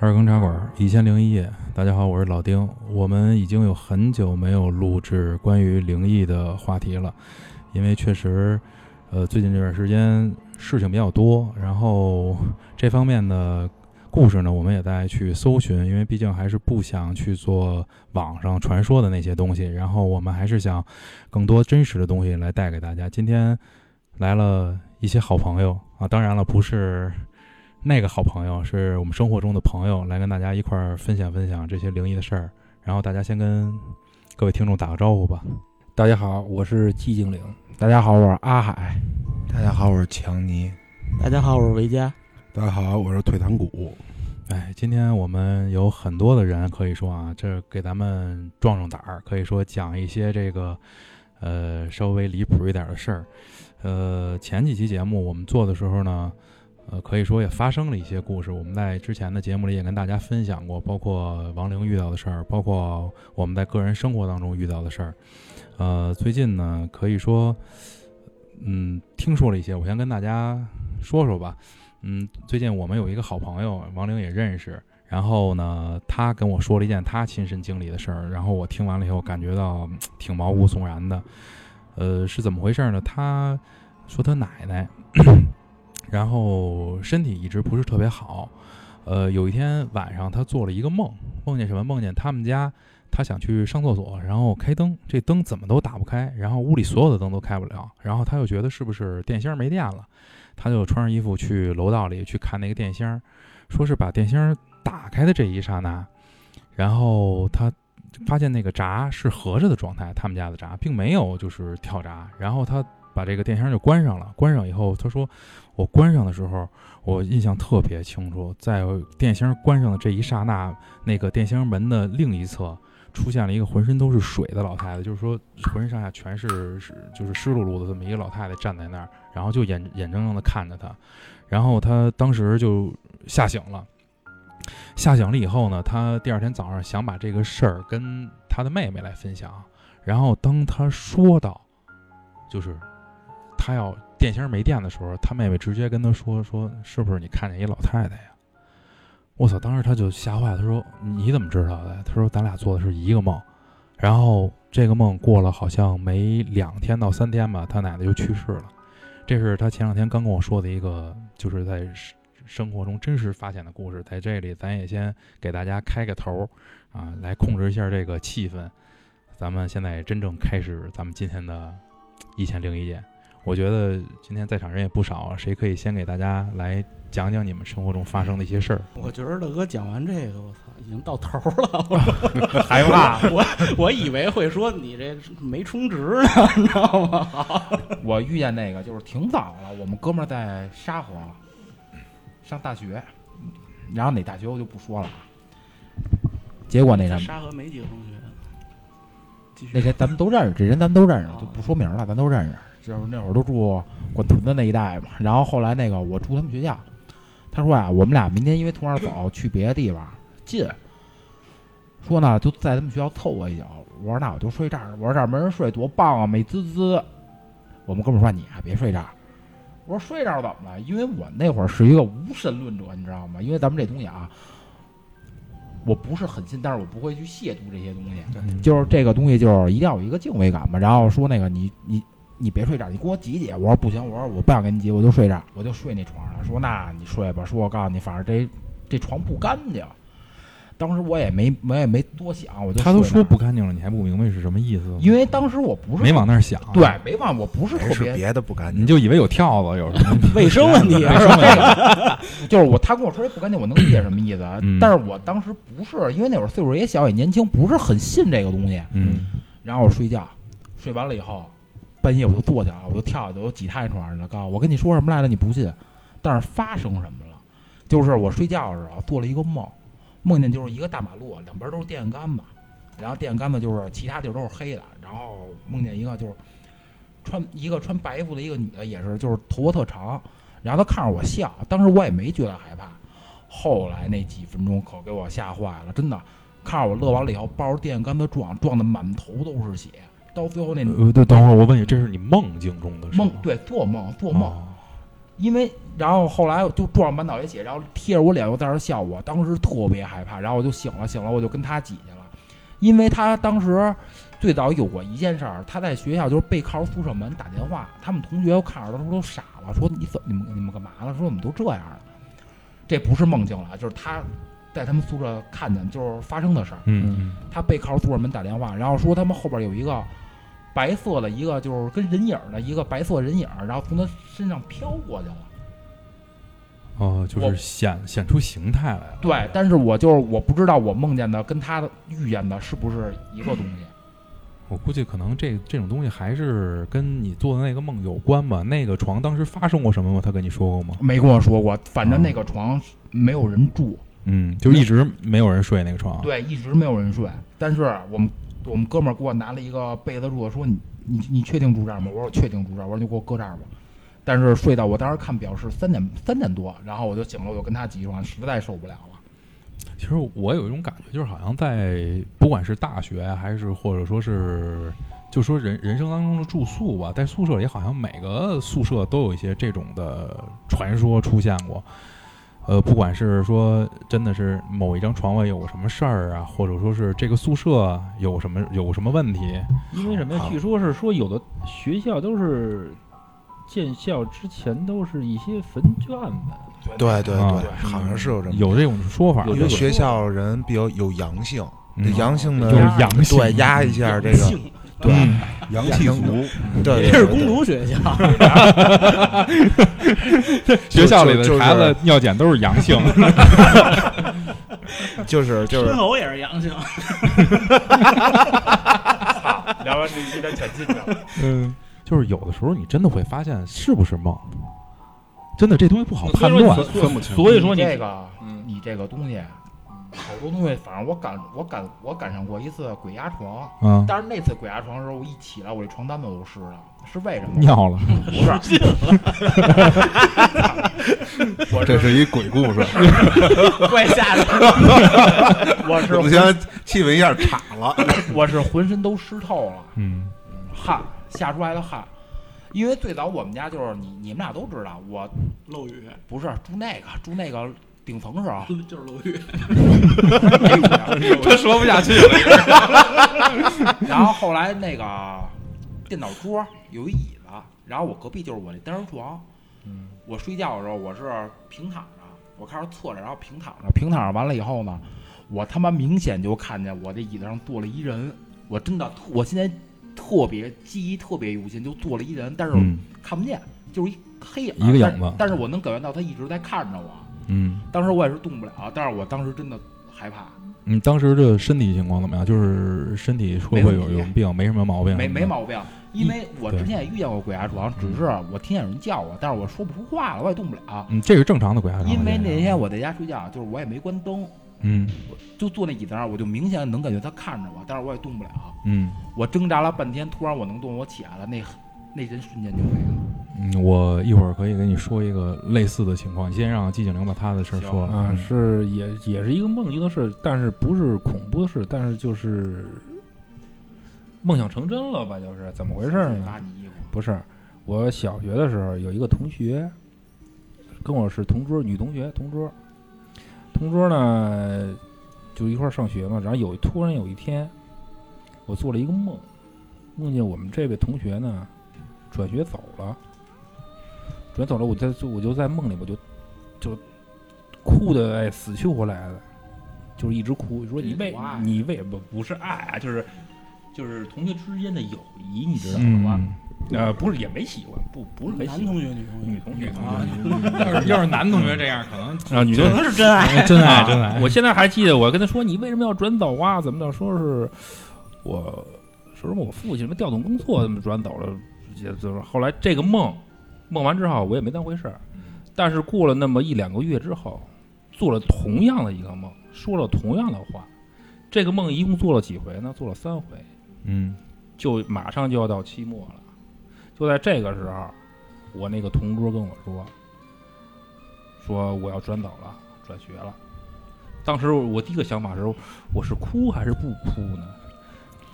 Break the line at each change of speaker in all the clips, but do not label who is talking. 二更茶馆一千零一夜，大家好，我是老丁。我们已经有很久没有录制关于灵异的话题了，因为确实，呃，最近这段时间呃事情比较多，然后这方面的故事呢，我们也在去搜寻，因为毕竟还是不想去做网上传说的那些东西，然后我们还是想更多真实的东西来带给大家。今天来了一些好朋友啊，当然了，不是。那个好朋友是我们生活中的朋友，来跟大家一块儿分享分享这些灵异的事儿。然后大家先跟各位听众打个招呼吧。
大家好，我是寂静岭。
大家好，我是阿海。
大家好，我是强尼。
大家好，我是维嘉。
大家好，我是腿堂鼓。
哎，今天我们有很多的人可以说啊，这给咱们壮壮胆儿，可以说讲一些这个呃稍微离谱一点的事儿。呃，前几期节目我们做的时候呢。呃，可以说也发生了一些故事。我们在之前的节目里也跟大家分享过，包括亡灵遇到的事儿，包括我们在个人生活当中遇到的事儿。呃，最近呢，可以说，嗯，听说了一些，我先跟大家说说吧。嗯，最近我们有一个好朋友，亡灵也认识，然后呢，他跟我说了一件他亲身经历的事儿，然后我听完了以后感觉到挺毛骨悚然的。呃，是怎么回事呢？他说他奶奶。然后身体一直不是特别好，呃，有一天晚上他做了一个梦，梦见什么？梦见他们家，他想去上厕所，然后开灯，这灯怎么都打不开，然后屋里所有的灯都开不了，然后他又觉得是不是电芯没电了，他就穿上衣服去楼道里去看那个电芯，说是把电芯打开的这一刹那，然后他发现那个闸是合着的状态，他们家的闸并没有就是跳闸，然后他。把这个电箱就关上了。关上以后，他说：“我关上的时候，我印象特别清楚，在电箱关上的这一刹那，那个电箱门的另一侧出现了一个浑身都是水的老太太，就是说浑身上下全是是就是湿漉漉的这么一个老太太站在那儿，然后就眼眼睁睁地看着他，然后他当时就吓醒了。吓醒了以后呢，他第二天早上想把这个事儿跟他的妹妹来分享，然后当他说到，就是。”他要电芯没电的时候，他妹妹直接跟他说：“说是不是你看见一老太太呀？”我操！当时他就吓坏了，他说：“你怎么知道的？”他说：“咱俩做的是一个梦。”然后这个梦过了好像没两天到三天吧，他奶奶就去世了。这是他前两天刚跟我说的一个，就是在生活中真实发现的故事。在这里，咱也先给大家开个头啊，来控制一下这个气氛。咱们现在真正开始咱们今天的一千零一夜。我觉得今天在场人也不少，啊谁可以先给大家来讲讲你们生活中发生的一些事儿？
我觉得乐哥讲完这个，我操，已经到头了，我
害怕。
我我以为会说你这没充值呢， 你知道吗？
我遇见那个就是挺早了，我们哥们在沙河上大学，然后哪大学我就不说了。啊结果那什么，
沙河没几个同学，
那谁咱们都认识，这人咱们都认识，就不说名了，咱都认识。就是那会儿都住管屯子那一带嘛，然后后来那个我住他们学校，他说呀、啊，我们俩明天因为从这儿走去别的地方近，说呢就在他们学校凑合一宿。我说那我就睡这儿，我说这儿没人睡多棒啊，美滋滋。我们哥们说你啊别睡这儿，我说睡这儿怎么了？因为我那会儿是一个无神论者，你知道吗？因为咱们这东西啊，我不是很信，但是我不会去亵渎这些东西，就是这个东西就是一定要有一个敬畏感嘛。然后说那个你你。你别睡这儿，你给我挤挤。我说不行，我说我不想跟你挤，我就睡这儿，我就睡那床上。说那你睡吧，说我告诉你，反正这这床不干净。当时我也没我也没多想，我就
他都说不干净了，你还不明白是什么意思？
因为当时我不是
没往那儿想、啊，
对，没往我不是特
别别的不干净，
你就以为有跳蚤有什么
卫生问题
啊？这个就是我他跟我说这不干净，我能理解什么意思、
嗯，
但是我当时不是因为那会儿岁数也小也年轻，不是很信这个东西。
嗯，
然后我睡觉，睡完了以后。半夜我就坐下啊，我就跳下去，我挤他一床上了。告诉我跟你说什么来着？你不信，但是发生什么了？就是我睡觉的时候做了一个梦，梦见就是一个大马路，两边都是电线杆子，然后电线杆子就是其他地儿都是黑的。然后梦见一个就是穿一个穿白衣服的一个女的，也是就是头发特长，然后她看着我笑，当时我也没觉得害怕。后来那几分钟可给我吓坏了，真的，看着我乐完了以后，抱着电线杆子撞，撞的满头都是血。到最后那，
呃对，等会儿我问你，这是你梦境中的
梦？对，做梦做梦、
哦，
因为然后后来我就撞满脑血血，然后贴着我脸又在那儿笑我，当时特别害怕，然后我就醒了，醒了我就跟他挤去了，因为他当时最早有过一件事儿，他在学校就是背靠着宿舍门打电话，他们同学看着他说都傻了，说你怎你们你们干嘛了？说怎么都这样了？这不是梦境了，就是他在他们宿舍看见就是发生的事儿。
嗯
他背靠着宿舍门打电话，然后说他们后边有一个白色的一个就是跟人影儿的一个白色人影儿，然后从他身上飘过去了。
嗯，哦，就
我
是显显出形态来了。
对，但是我就是我不知道我梦见的跟他的遇见的是不是一个东西。
我估计可能这这种东西还是跟你做的那个梦有关吧。那个床当时发生过什么吗？他跟你说过吗？
没跟我说过，反正那个床没有人住，啊
嗯，就一直没有人睡那个床。啊
对，一直没有人睡。但是我们我们哥们儿给我拿了一个被子褥子，说你你你确定住这儿吗？我说我确定住这儿，我说你给我搁这儿吧。但是睡到我当时看表是三点三点多，然后我就醒了，我就跟他挤床，实在受不了了。
其实我有一种感觉，就是好像在不管是大学啊还是或者说是，就说人人生当中的住宿吧，在宿舍里好像每个宿舍都有一些这种的传说出现过。呃，不管是说真的是某一张床位有什么事儿啊，或者说是这个宿舍有什么有什么问题，
因为什么呀？
好
据说是说有的学校都是建校之前都是一些坟圈子，
对对
啊
对，好像是有这么，
有这种说法，
有
因
这
为
种
学校人比较有阳性，
嗯
这阳性呢
有阳性
对压一
啊
下这个，
性
对
阳气足，
对，对
这是
对
公主学校，
学校里
就
的
就
孩子尿检都是阳 性。
就是 就是
春偶也是阳性，
聊完这一点全进去了。
嗯，就是有的时候你真的会发现是不是梦，真的这东西不好
所以
判
说
断
你。
分不清。
所以说你
这个，
嗯
你这个东西，好多东西，反正我赶我赶我赶上过一次鬼压床，
嗯，
但是那次鬼压床的时候，我一起来，我这床单子都湿了，是为什么？
尿了，
不是， 我
这
是
是一鬼故事，
怪吓的，我
我
是
们先气氛一下岔了。
我是浑身都湿透了，
嗯
汗吓出来的汗。因为最早我们家就是你你们俩都知道，我
漏雨
不是住那个住那个顶层时候，
就是漏雨，
他说不下去。
然后后来那个电脑桌有一椅子，然后我隔壁就是我那单人床。嗯，我睡觉的时候我是平躺着，我开始侧着，然后平躺着，平躺着完了以后呢，我他妈明显就看见我这椅子上坐了一人，我真的特我现在特别记忆特别犹新，就坐了一人，但是
嗯
看不见，就是一黑影，
一个影子
但是但是我能感觉到他一直在看着我。
嗯，
当时我也是动不了，但是我当时真的害怕，
你嗯当时的身体情况怎么样？就是身体会不会有
没问题
有病？没什么毛病，
没没
病。
毛病，因为我之前也遇见过鬼压床，只是我听见有人叫我，但是我说不出话了，我也动不了。
嗯，这是正常的鬼压床。啊
因为那天我在家睡觉，就是我也没关灯，
嗯
就坐那椅子上，我就明显能感觉他看着我，但是我也动不了。
嗯
我挣扎了半天，突然我能动，我起来了，那那人瞬间就没了。
嗯，我一会儿可以跟你说一个类似的情况，你先让季景玲把她的事儿说了。
啊，
嗯
是也也是一个梦境的事，但是不是恐怖的事，但是就是梦想成真了吧？就是怎么回事啊呢
扒？你衣服，
不是，我小学的时候有一个同学，跟我是同桌，女同学，同桌，同桌呢就一块儿上学嘛。然后有突然有一天，我做了一个梦，梦见我们这位同学呢转学走了，转走了，我在就我就在梦里我就就哭的哎死去活来的，就是一直哭，说你为
多爱
你为不不是爱啊，就是就是同学之间的友谊，你知道吗？
嗯，
呃，不是也没喜欢，不不是很
男
喜欢，
同学、女同学，
女同学，
啊，
要是要是男同学这样，可能
啊，女
可
同学
能是真爱。
真
啊
爱真爱。
我现在还记得，我跟他说你为什么要转走啊？怎么着？说是我说什么我父亲什么调动工作，怎么转走了？也就是后来这个梦梦完之后，我也没当回事儿。但是过了那么一两个月之后，做了同样的一个梦，说了同样的话。这个梦一共做了几回呢？做了三回。
嗯
就马上就要到期末了，就在这个时候，我那个同桌跟我说，说我要转走了，转学了。当时我第一个想法是，我是哭还是不哭呢？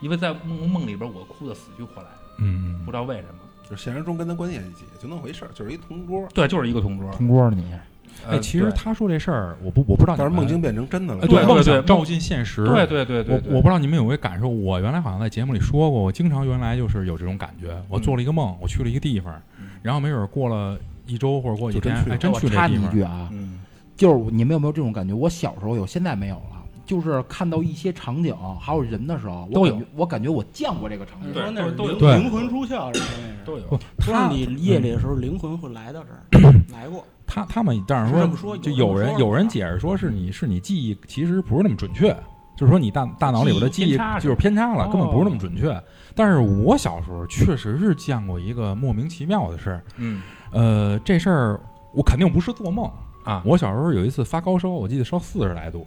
因为在梦梦里边，我哭得死去活来，
嗯
不知道为什么。
就是现实中跟咱关系也就那回事儿，就是一同桌，
对，就是一个同桌。
同桌呢你，
哎，
呃
其实
对
他说这事儿，我不我不知道你
但是
们呃
梦境变成真的了。
哎对
啊梦想
梦
照进现实，
对对对对，
我
对
我不知道你们有没有感受，我原来好像在节目里说过，我经常原来就是有这种感觉，我
嗯
做了一个梦，我去了一个地方，然后没准儿过了一周或者过几
就真
天，
去
还
了
真
我哎
去这哎
插
地
你一
方。
句啊，
嗯，
就是你们有没有这种感觉？我小时候有，现在没有了。就是看到一些场景还有人的时候，
都
我
有
感觉我感觉我见过这个场景。
对
说那是
都有
灵
都有
灵魂出窍是吧？那
都有。
是，说是你夜里的时候灵魂会来到 这儿，来过。
他他们但是
是这么
说，
说
就有
有这么
人
说
有人解释说是你是你记忆其实不是那么准确，就是说你大大脑里边的
记
记
忆
忆
偏差
就是偏差了，
哦
根本不是那么准确。但是我小时候确实是见过一个莫名其妙的事儿，
嗯
呃，这事儿我肯定不是做梦
啊
我小时候有一次发高烧，我记得烧四十来度，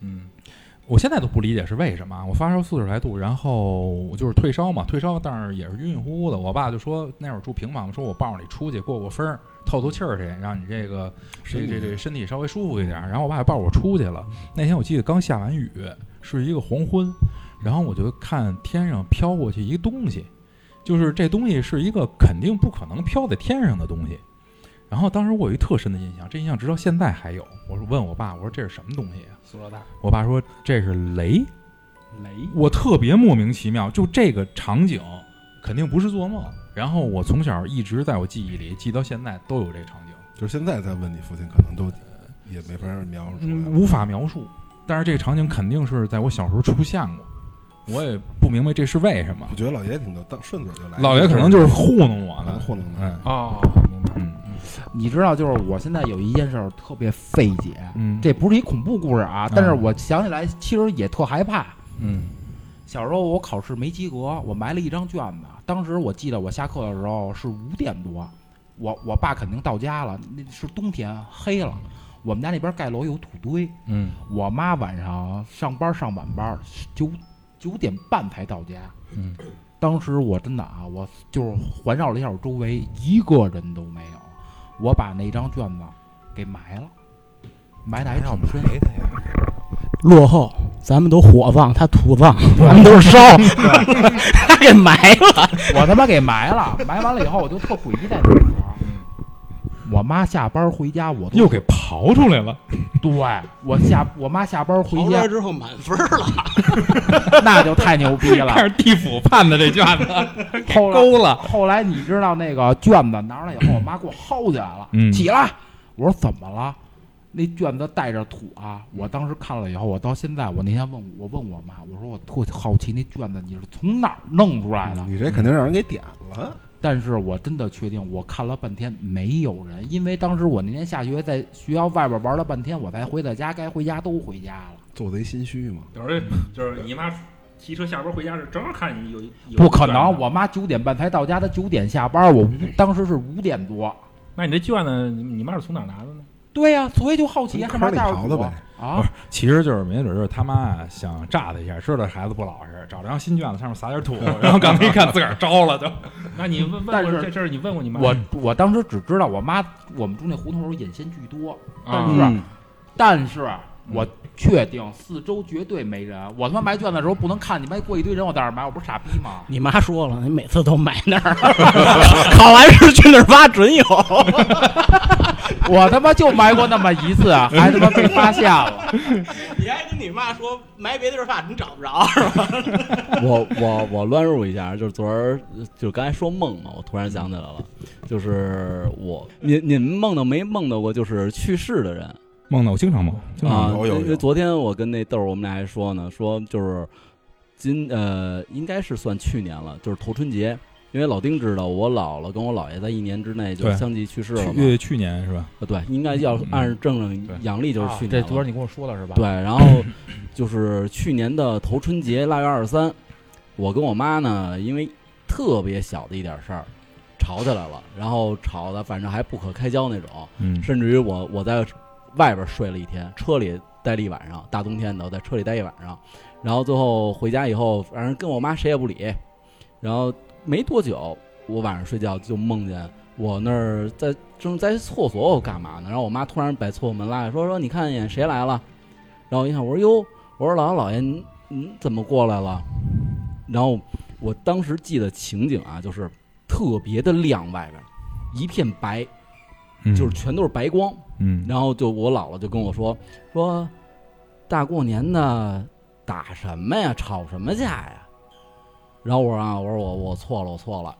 嗯
我现在都不理解是为什么啊，我发烧四十来度，然后我就是退烧嘛，退烧但是也是晕晕乎乎的。我爸就说那会儿住平房，说我抱着你出去过过风儿，透透气儿去，让你这个这这这身体稍微舒服一点儿。然后我爸就抱着我出去了。那天我记得刚下完雨，是一个黄昏，然后我就看天上飘过去一东西，就是这东西是一个肯定不可能飘在天上的东西。然后当时我有一特深的印象，这印象直到现在还有。我说问我爸，我说这是什么东西啊？
塑料袋
我爸说这是雷，
雷，
我特别莫名其妙，就这个场景肯定不是做梦。然后我从小一直在我记忆里记到现在都有这场景，
就是现在咱问你父亲，可能都也没法描述出
嗯，
来。
无法描述。但是这个场景肯定是在我小时候出现过，我也不明白这是为什么
我。觉得老爷挺逗，当顺嘴就来。
老爷可能就是糊弄我
可能
呢。
糊弄的。
嗯
哦，明白。
嗯
你知道，就是我现在有一件事儿特别费解，
嗯，
这不是一恐怖故事啊，但是我想起来其实也特害怕。
嗯
小时候我考试没及格，我埋了一张卷子。当时我记得我下课的时候是五点多，我我爸肯定到家了，那是冬天黑了。我们家那边盖楼有土堆，
嗯
我妈晚上上班上晚班，九九点半才到家。
嗯，
当时我真的啊，我就是环绕了一下我周围，一个人都没有。我把那张卷子给埋了，埋在一桶深。
陪他呀，
落后，咱们都火葬，他土葬，咱们都是烧，他给埋了。
我他妈给埋了，埋完了以后我就特诡异在那时候，我妈下班回家我都
又给刨出来了。
对我下我妈下班回
刨出
家
来之后满分了，
那就太牛逼 了。
是地府判的这卷子，
后来
勾了。
后来你知道那个卷子拿出来以后，我妈给我薅起来了，
嗯
起来，我说怎么了？那卷子带着土啊！我当时看了以后，我到现在我那天问我问我妈，我说我特好奇那卷子你是从哪儿弄出来的？
你这肯定让人给点了。
但是我真的确定，我看了半天没有人，因为当时我那天下学在学校外边玩了半天，我才回到家，该回家都回家了。
做贼心虚嘛，
有时候就是你妈骑车下班回家时，正好看你有一有一
不可能
卷，子
我妈九点半才到家，她九点下班，我当时是五点多。
那你这卷子，你你妈是从哪儿拿的呢？
对呀、所以就好奇，干
从
嘛
坑里
带
刨的
我
呗。
啊？
其实就是没准就是他妈啊想炸他一下，知道孩子不老实，找张新卷子上面撒点土，然后刚才一看自个儿招了就。
那你问
但
问
是
过这事儿，你问过你妈吗？
我我当时只知道我妈，我们住那胡同时候眼线巨多，但
啊
是、
嗯
但是啊我确定四周绝对没人。我他妈埋卷子的时候不能看你妈过一堆人，我在那儿埋，我不是傻逼 吗？
你妈说了，你每次都埋那儿，考完试去那儿挖，准有。
我他妈就埋过那么一次，啊 还他妈被发现了。
你还跟你妈说埋别地儿怕你找不着，
我我我乱入一下，就是昨儿就刚才说梦嘛，我突然想起来了，就是我您您梦到没梦到过就是去世的人
梦到我经常梦，经常
啊？
梦。
有有有
因为昨天我跟那豆儿我们俩还说呢，说就是今呃应该是算去年了，就是头春节，因为老丁知道我姥姥跟我姥爷在一年之内就
对
相继去世了
去
嘛，
呃去年是吧？
呃对，应该要
嗯
按正正
对
阳历
啊
就是去
这
年了。
昨儿你跟我说了是吧？
对，，然后 就是去年的头春节，腊月二十三，我跟我妈呢，因为特别小的一点事儿，吵起来了，然后吵的反正还不可开交那种，
嗯，
甚至于我我在外边睡了一天，车里待了一晚上，大冬天的我在车里待一晚上，然后最后回家以后，反正跟我妈谁也不理，然后没多久，我晚上睡觉就梦见我那儿在正在厕所我干嘛呢，然后我妈突然把厕所门拉开，说说你看一眼谁来了，然后我一看我说哟，我说姥姥姥爷您您怎么过来了，然后我当时记得情景啊，就是。特别的亮，外边一片白，
嗯
就是全都是白光。
嗯，
然后就我姥姥就跟我说说，大过年的打什么呀，吵什么架呀？然后我说啊，我说我我错了，我错了。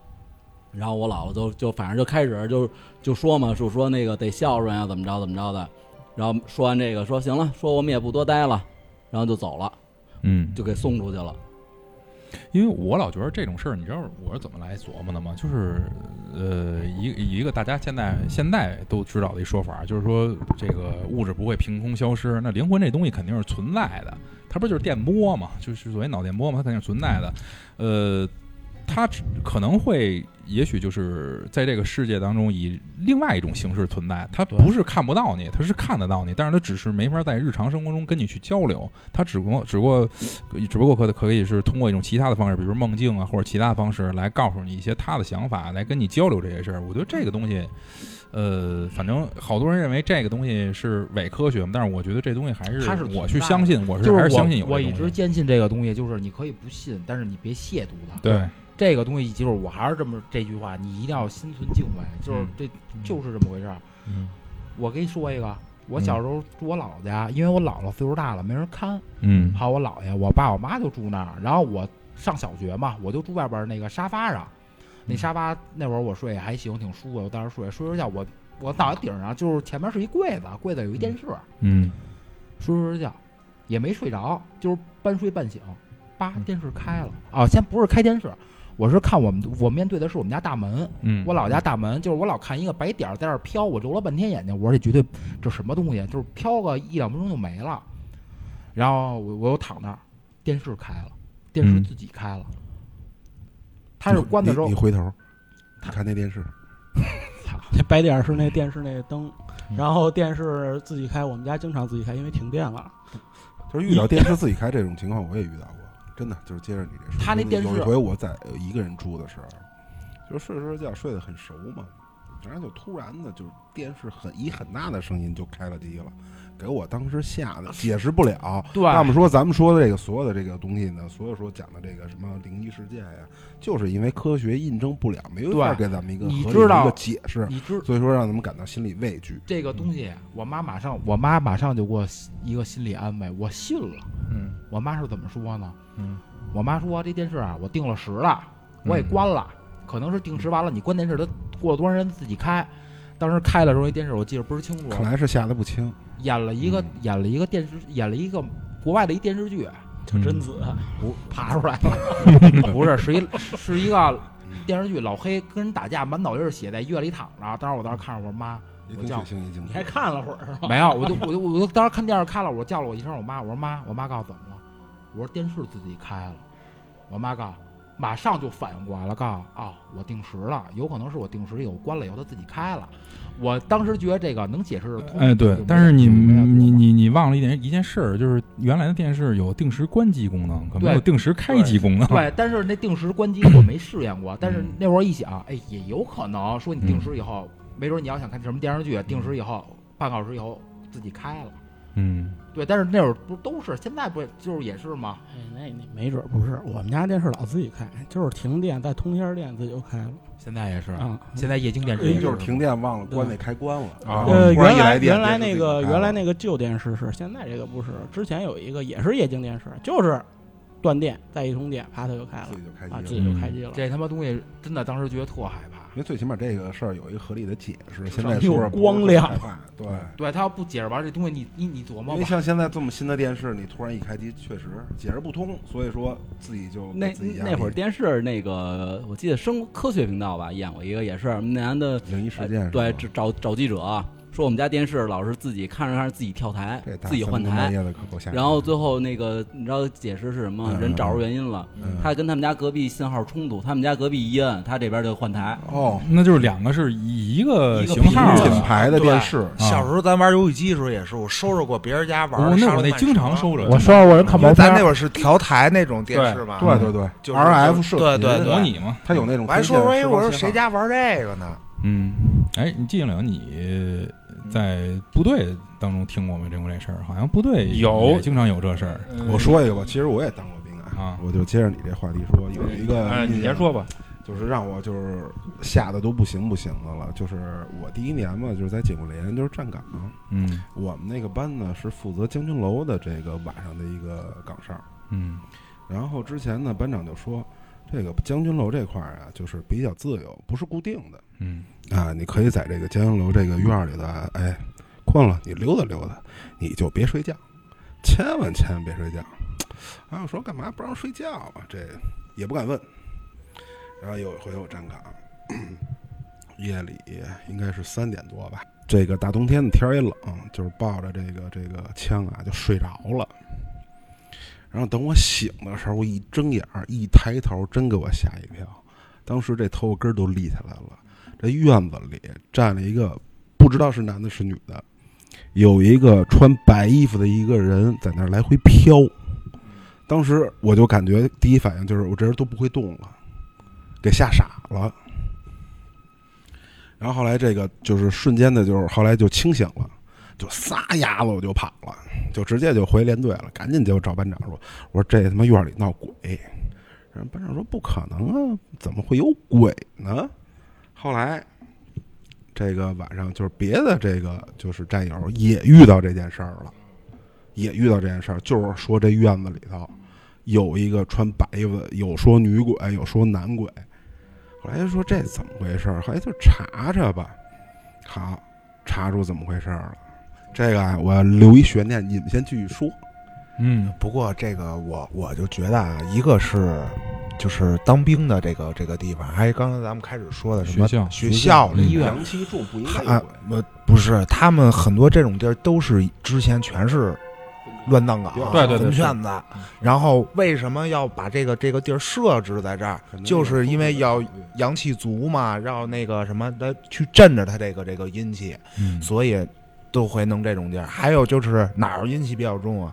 然后我姥姥就就反正就开始就就说嘛，就说那个得孝顺啊，怎么着怎么着的。然后说完这个，说行了，说我们也不多待了，然后就走了，
嗯，
就给送出去了。
因为我老觉得这种事儿，你知道我是怎么来琢磨的吗？就是，呃，一个一个大家现在现在都知道的一说法，就是说这个物质不会凭空消失，那灵魂这东西肯定是存在的，它不就是电波嘛，就是所谓脑电波嘛，它肯定是存在的。呃，它只可能会，也许就是在这个世界当中以另外一种形式存在，它不是看不到你，它是看得到你，但是它只是没法在日常生活中跟你去交流，它只不过只不过只不过可可以是通过一种其他的方式，比如梦境啊，或者其他的方式来告诉你一些他的想法，来跟你交流这些事儿。我觉得这个东西，呃，反正好多人认为这个东西是伪科学嘛，但是我觉得这东西还是
它是存
我
在
去
的
相信，我 是
就
还
是
是相
我
信有这
我一
东
直
西
坚信这个东西，就是你可以不信，但是你别亵渎它。
对，
这个东西就是我还是这么这句话，你一定要心存敬畏，就是
嗯
这、就是这么回事儿。
嗯
我跟你说一个，我小时候住我姥姥家，因为我姥姥岁数大了，没人看，
嗯
还有我姥爷，我爸我妈就住那儿。然后我上小学嘛，我就住外边儿那个沙发上，那沙发那会儿我睡还行，挺舒服，我当时睡睡着觉，我我脑袋顶上就是前面是一柜子，柜子有一电视，
嗯
睡睡着觉也没睡着，就是半睡半醒，叭电视开了啊，先不是开电视。我是看我们，我面对的是我们家大门，
嗯，
我老家大门就是我老看一个白点儿在那儿飘，我揉了半天眼睛，我说这绝对这什么东西，就是飘个一两分钟就没了。然后我我又躺那儿，电视开了，电视
嗯
自己开了。它是关的时候
你你，回头，你看那电视，
操，
那白点儿是那电视那灯，然后电视自己开，我们家经常自己开，因为停电了。
就是遇到电视自己开这种情况，我也遇到过，真的就是接着你这说。
他那电视
有一回我在一个人住的时候，就是睡着睡着觉睡得很熟嘛，然后就突然的就是电视很以很大的声音就开了机了，给我当时吓得解释不了。
对，
那么说，咱们说的这个所有的这个东西呢，所有说讲的这个什么灵异事件呀，就是因为科学印证不了，没有法
对
给咱们一个
你
合理
知
的一
道
个解释，
你知
所以说让咱们感到心里畏惧。
这个东西，我妈马上，我妈马上就给我一个心理安慰，我信了。
嗯
我妈是怎么说呢？
嗯，
我妈说这电视啊，我定了时了，我也
嗯
关了，可能是定时完了，你关电视它过了多长时间自己开。当时开的时候，那电视我记得倍儿清楚，
看来是吓得不轻，
演了一个、
嗯
演了一个电视演了一个国外的一电视剧，
叫贞子，
不爬出来了， 不是是一是一个电视剧，老黑跟人打架，满脑袋是血，在医院里躺着。当时我当时看着我说妈，
一
我
听血
叫
腥一惊
你。还看了会儿是吧？
没有，我就我就我就当时看电视开了，我叫了我一声我妈，我说妈，我妈告诉我怎么了？我说电视自己开了，我妈告诉我马上就反应过来了，告诉我啊、我定时了，有可能是我定时以后关了以后它自己开了。我当时觉得这个能解释得通，
哎，对
就没，
但是你
就没有
你你你忘了一点一件事儿，就是原来的电视有定时关机功能，可没有定时开机功能。
对，但是那定时关机我没试验过，但
嗯
是那会儿一想，哎，也有可能说你定时以后，没准你要想看什么电视剧，定时以后半个小时以后自己开了。
嗯，
对，但是那会儿不都是，现在不就是也是吗？
哎，那那没准儿不是，我们家电视老自己开，就是停电再通一下电自己就开了
现在也是
啊。
现在液晶电视
嗯
人
也
就是停电忘了关那
对
开关了
啊
呃，
突然
原
一来
来
电
原
电视
来那
自己
个
开
原来
了
那个旧电视是，现在这个不是。之前有一个也是液晶电视，就是断电再一通电，啪它就开了
自己就开
啊，自
机了。嗯
己就开机了。
这他妈东西真的当时觉得特害怕。
因为最起码这个事儿有一个合理的解释，现
少
在
你有
说是不是
光
很
亮嗯
害怕，对。
对他要不解释完这东西，你你你琢磨
因为
吧。
像现在这么新的电视，你突然一开机，确实解释不通，所以说自己就
那
给自己压力
那会儿电视那个，我记得生科学频道吧，演过一个，也是男的
灵异事件是吧
呃哎对，找找找记者啊说我们家电视老是自己看着看着自己跳台
这，大
自己换
三更半
台，
夜的可够吓人。
然后最后那个你知道解释是什么？
嗯
人找着原因了，
嗯
他跟他们家隔壁信号冲突，他们家隔壁一摁，他这边就换台。
哦，
那就是两个是一个
一个
型
嗯
号
品
的。
牌的电视，
啊
小时候咱玩游戏机的时候也是，我收拾过别人家玩
哦
不
儿。
啊哦那
上
我那
来买
经常
什
收
么
着，
我收拾我人看
因
毛
为咱那
片，
会儿是调台那种电视嗯嘛，
对对对
就是
，RF 射频
对对对
模拟嘛。
它有那种
我还
天线
说说，哎，
释放
我说
信
谁
号
家玩这个呢？
嗯，哎，你季岭，你在部队当中听过没？听过这事儿？好像部队
有
也经常有这事儿。
嗯
我说一个吧，其实我也当过兵啊
啊
我就接着你这话题说，有一个
哎，
印象
你先说吧。
就是让我就是吓得都不行不行的了。就是我第一年嘛，就是在警卫连就是站岗，
嗯
我们那个班呢是负责将军楼的这个晚上的一个岗哨。
嗯
然后之前呢，班长就说，这个将军楼这块儿啊，就是比较自由，不是固定的
嗯
啊。你可以在这个将军楼这个院儿里头啊，哎，困了你溜达溜达，你就别睡觉，千万千万别睡觉。哎，我说干嘛不让睡觉啊？这也不敢问。然后有一回我站岗，夜里应该是三点多吧。这个大冬天的天儿也冷，就是抱着这个这个枪啊就睡着了。然后等我醒的时候，我一睁眼儿一抬头，真给我吓一跳。当时这头发根儿都立起来了。这院子里站了一个不知道是男的是女的，有一个穿白衣服的一个人在那儿来回飘。当时我就感觉第一反应就是我这人都不会动了，给吓傻了。然后后来这个就是瞬间的，就是后来就清醒了，就撒丫子我就跑了，就直接就回连队了，赶紧就找班长说：“我说这他妈院里闹鬼。”然后班长说：“不可能啊，怎么会有鬼呢？”后来这个晚上就是别的这个就是战友也遇到这件事儿了，也遇到这件事儿，就是说这院子里头有一个穿白衣服的，有说女鬼，有说男鬼。后来就说这怎么回事儿？后来就查查吧。好，查出怎么回事儿了。这个啊，我留一悬念，你们先继续说。
嗯
不过这个我我就觉得啊，一个是就是当兵的这个这个地方，还有刚才咱们开始说的什么
呃学校
学校
嗯
里
医
面
阳气重不应该
啊
有鬼，
不不是，他们很多这种地儿都是之前全是乱葬岗、
对对对
坟圈子，
嗯
然后为什么要把这个这个地儿设置在这儿？
可能
就是因为要阳气足嘛，要那个什么的去镇着它这个这个阴气，
嗯
所以都会弄这种地儿。还有就是哪儿阴气比较重啊？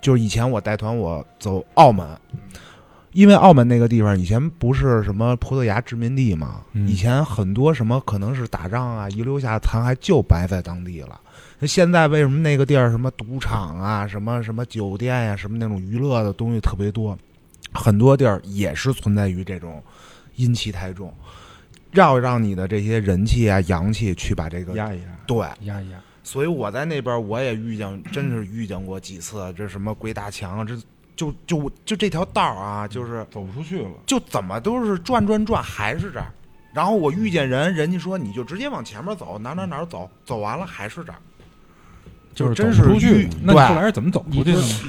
就是以前我带团我走澳门，因为澳门那个地方以前不是什么葡萄牙殖民地嘛，
嗯
以前很多什么可能是打仗啊遗留下残骸就埋在当地了。那现在为什么那个地儿什么赌场啊、什么什么酒店呀、什么那种娱乐的东西特别多？很多地儿也是存在于这种阴气太重，要让你的这些人气啊、阳气去把这个
压一压，
对，
压一压。
所以我在那边我也遇见，真是遇见过几次，这什么鬼打墙啊，这就就就这条道儿啊，就是
走不出去了。
就怎么都是转转转，还是这儿。然后我遇见人，人家说你就直接往前面走，哪哪哪儿走，走完了还是这儿。
就
真
走
是
不出去
遇，
那你
对
后来是怎么走出去的呢？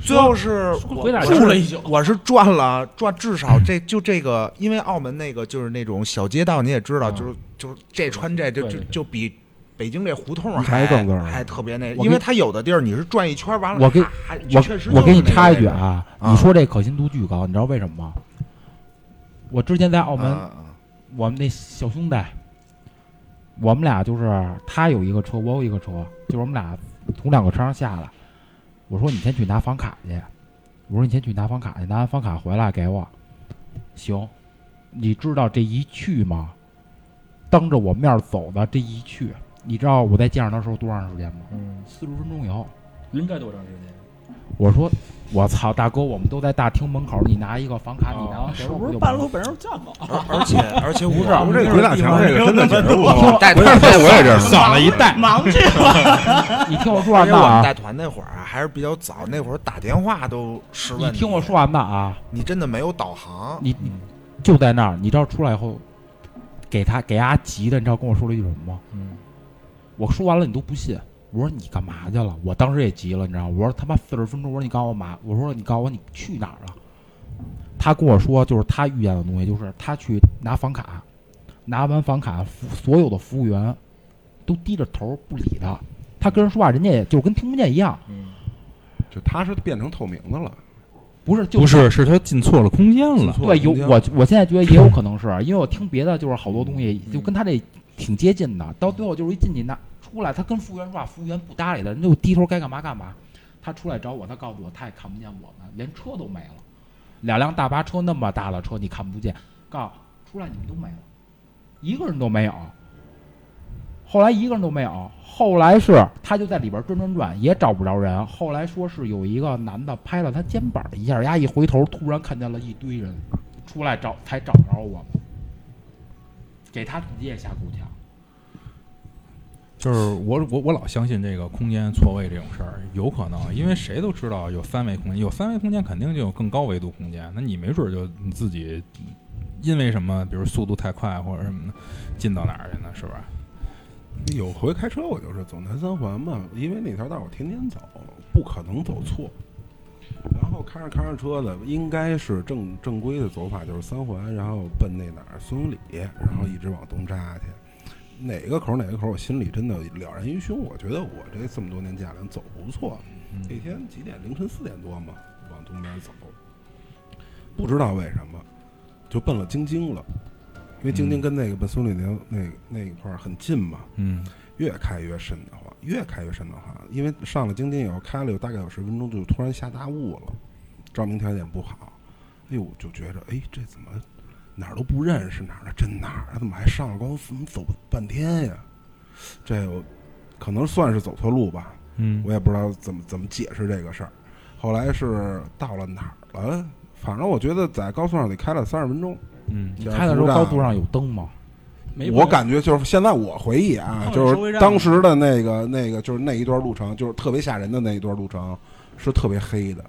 最后是我
鬼打
我
墙
是
了一宿。
我是转了转，至少这就这个，因为澳门那个就是那种小街道，你也知道，
嗯
就是就是这穿这就
对
就
对对
就比北京这胡同
一排
还
更字儿
还特别那，
我给
因为它有的地儿你是转一圈完了，
我给
还还
我
确实
我给你
就是那个
插一句
位置，
啊，
啊
你说这可信度巨高，你知道为什么吗？我之前在澳
我
门，我们那小兄弟，我们俩就是他有一个车，我有一个车，就是我们俩从两个车上下来。我说你先去拿房卡去，我说你先去拿房卡去，拿完房卡回来给我。行，你知道这一去吗？当着我面走的这一去，你知道我在见着他的时候多长时间吗？
嗯，
四十分钟有。
应该多长时间？
我说我操，大哥，我们都在大厅门口，你拿一个房卡，你拿完给
啊是
我
不
不
是
就
半
完
路
了？
被人叫走？
而且而且
不是
我
我们
们这
这鬼打墙这个真的解
嗯
释不了。
啊带
我也我也这
扫了一 代，
忙去了。
你听我说
而
完
且
呢
我们
啊！
带团那会儿啊，还是比较早，那会儿打电话都十
你
问。
听我说，完呢啊！
你真的没有导航，
你你就在那儿，你知道出来以后，给他给他急的，你知道跟我说了一句什么吗？
嗯，
我说完了你都不信，我说你干嘛去了？我当时也急了，你知道吗，我说他妈四十分钟，我说你告诉我嘛，我说你告诉我你去哪儿了？他跟我说就是他遇见的东西，就是他去拿房卡，拿完房卡，服所有的服务员都低着头不理他，他跟人说话，人家也就跟听不见一样，
就他是变成透明的了，
不是就
不是，是他进错了空间
嗯
了。
错
对，有
空间
我我现在觉得也有可能是因为我听别的，就是好多东西就跟他这挺接近的，到最后就是一进去拿出来，他跟服务员说话，服务员不搭理他，人就低头该干嘛干嘛。他出来找我，他告诉我他也看不见我们，连车都没了，两辆大巴车那么大的车你看不见，告诉出来你们都没了，一个人都没有。后来一个人都没有，后来是他就在里边转转转，也找不着人。后来说是有一个男的拍了他肩膀一下，丫一回头，突然看见了一堆人，出来找才找着我，给他自己也吓够呛。
就是我我我老相信这个空间错位这种事儿，有可能，因为谁都知道有三维空间，有三维空间肯定就有更高维度空间，那你没准儿就你自己因为什么，比如速度太快或者什么的，进到哪儿去呢？是吧？
有回开车我就是走南三环嘛，因为那条道我天天走，不可能走错。然后开着开着车的，应该是正正规的走法，就是三环，然后奔那哪儿孙永礼，然后一直往东扎去。哪个口儿哪个口儿，我心里真的了然于胸。我觉得我这这么多年驾龄走不错。那
嗯
天几点？凌晨四点多嘛，往东边走，不知道为什么就奔了京津了，因为京
嗯
津跟那个奔孙永礼那那那一块儿很近嘛。
嗯，
越开越瘆得慌，越开越瘆得慌。因为上了京津以后，开了有大概有十分钟，就突然下大雾了，照明条件不好。哎呦，我就觉着，哎，这怎么哪儿都不认识哪儿了？这哪儿啊？怎么还上了光？怎么走半天呀？这我可能算是走错路吧，
嗯
我也不知道怎么怎么解释这个事儿。后来是到了哪儿了？反正我觉得在高速上得开了三十分钟。
嗯
你开的时候
加上
高
故障
速上有灯吗？
没
我感觉就是现在我回忆啊，
嗯
就
稍微
是
让
当时的那个那个就是那一段路程，就是特别吓人的那一段路程，是特别黑的，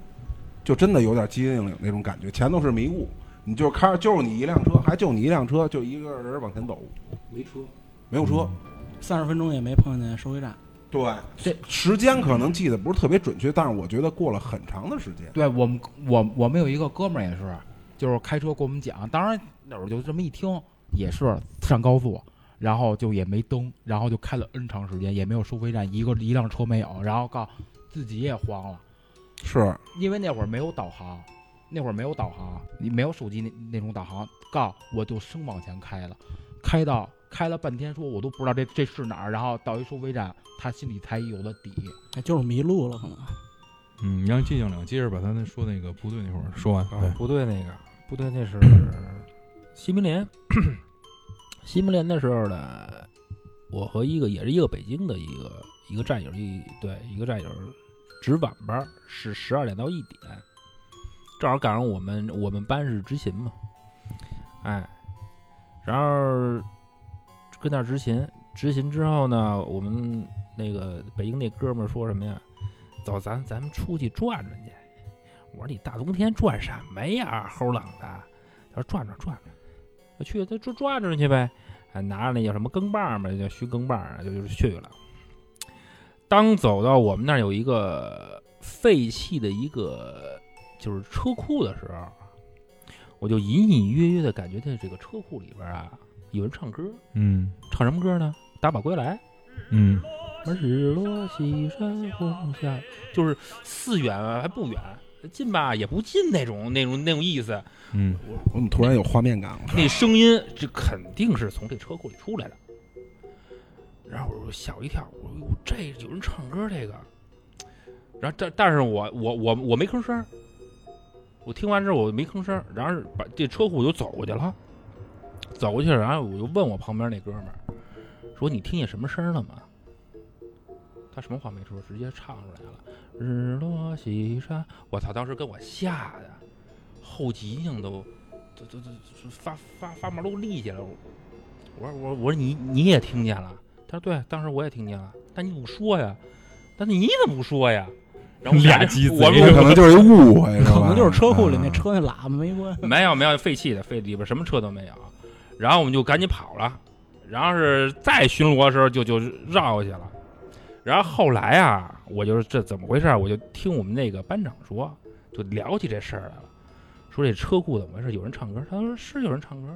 就真的有点寂静岭那种感觉，前头是迷雾，你就开就是你一辆车，还就你一辆车，就一个人往前走，
没车，嗯
没有车。
三十分钟也没碰见收费站，
对，
这
时间可能记得不是特别准确，但是我觉得过了很长的时间。
对我们，我我们有一个哥们儿也是，就是开车给我们讲，当然那会儿就这么一听，也是上高速，然后就也没灯，然后就开了 N 长时间，也没有收费站，一个一辆车没有，然后告自己也慌了，
是，
因为那会儿没有导航，那会儿没有导航，你没有手机那那种导航，告我就生往前开了，开到开了半天，说我都不知道这这是哪儿，然后到一收费站，他心里才有了底。
哎就是迷路了可能。
嗯，你让寂静岭接着把他那说那个部队那会儿说完。
啊
对，
部队那个部队那是新民 联，新民联那时候呢，我和一个也是一个北京的一个一个战友，一对一个战友值晚班儿是十二点到一点，正好赶上我们我们班是执勤嘛，哎，然后跟那儿执勤，执勤之后呢，我们那个北京那哥们儿说什么呀？走，咱咱们出去转转去。我说你大冬天转什么呀，齁冷的。他说转转转转，我去，他就转转去呗。哎，拿着那叫什么钢棒嘛，叫虚钢棒啊，就就是去了。当走到我们那儿有一个废弃的一个就是车库的时候，我就隐隐约约的感觉到这个车库里边啊有人唱歌，
嗯
唱什么歌呢？打把归来。
嗯
日落西山红霞，就是四远还不远，近吧也不近那种那种那种意思。
嗯
我怎么突然有画面感了？
那声音这肯定是从这车库里出来的。然后我就吓我一跳，我说哟这有人唱歌这个。然后但但是我我我我没吭声儿，我听完之后我没吭声儿，然后把这车库我就走过去了，走过去了，然后我就问我旁边那哥们儿说你听见什么声儿了吗？他什么话没说，直接唱出来了。日落西山，我操！当时给我吓的，后脊梁都都都都都发发发毛都立起来了。我说我说我说你你也听见了？他说对，当时我也听见了，但你不说呀？但你怎么不说呀？然后我们
俩鸡
就
贼
我
这可能就是一误会，
可能就是车库里
面
那车那喇叭没关。
嗯
没有没有废弃的，废里边什么车都没有。然后我们就赶紧跑了，然后是再巡逻的时候就就绕过去了。然后后来啊，我就是这怎么回事儿？我就听我们那个班长说，就聊起这事儿来了，说这车库怎么回事？有人唱歌，他说是有人唱歌。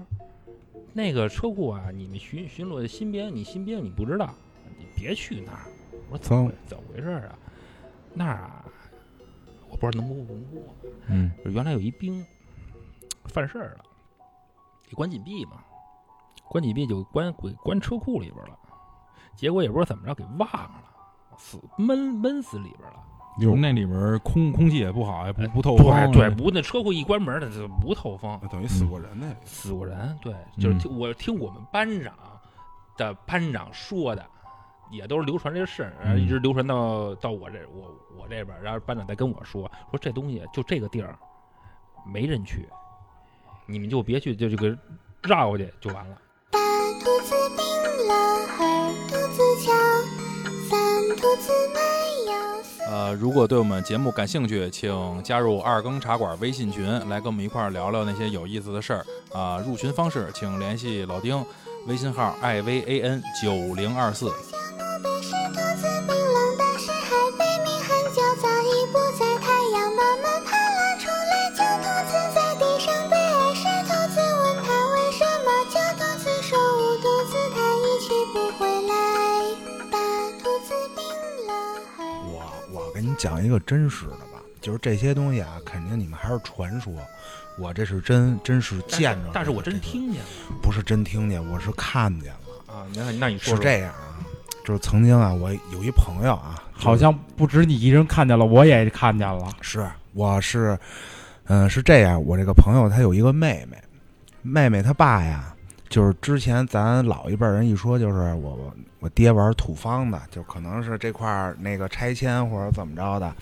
那个车库啊，你们巡巡逻新编，你新编你不知道，你别去那儿。我说怎么回怎么回事儿啊？那儿啊，我不知道能不能播。
嗯
原来有一兵犯事儿了，给关紧闭嘛，关紧闭就关给关车库里边了，结果也不知道怎么着给忘了，死闷闷死里边了。
哟，
那里边儿空空气也不好，也不不透风。
对对，不那车库一关门，它就不透风，
啊等于死过人呢。
嗯
死过人。对，
嗯
就是听我听我们班长的班长说的。也都是流传这事儿，然
嗯
后一直流传到到我这我我这边儿，然后班长再跟我说说这东西就这个地儿没人去，你们就别去就这个绕过去就完了。
大肚子病了，二肚子强，三肚子没有。四
呃，如果对我们节目感兴趣，请加入二更茶馆微信群，来跟我们一块儿聊聊那些有意思的事儿啊、入群方式请联系老丁，微信号 i v a n 九零二四。
小宝贝是肚子冰冷，但是还被命很久，早已不在太阳妈妈怕拉出来。旧兔子在地上被爱是兔子问他为什么，旧兔子说无肚子它一去不回来。大兔子病了，二
我我给你讲一个真实的吧，就是这些东西啊，肯定你们还是传说。我这是真真是见着的，
但是我真
这个
听见了
不是真听见，我是看见了。
啊！那那你说
是
说
这样啊，就是曾经啊，我有一朋友啊，就是
好像不止你一人看见了，我也看见了。
是，我是，嗯、是这样，我这个朋友他有一个妹妹，妹妹她爸呀，就是之前咱老一辈人一说，就是我我我爹玩土方的，就可能是这块儿那个拆迁或者怎么着的，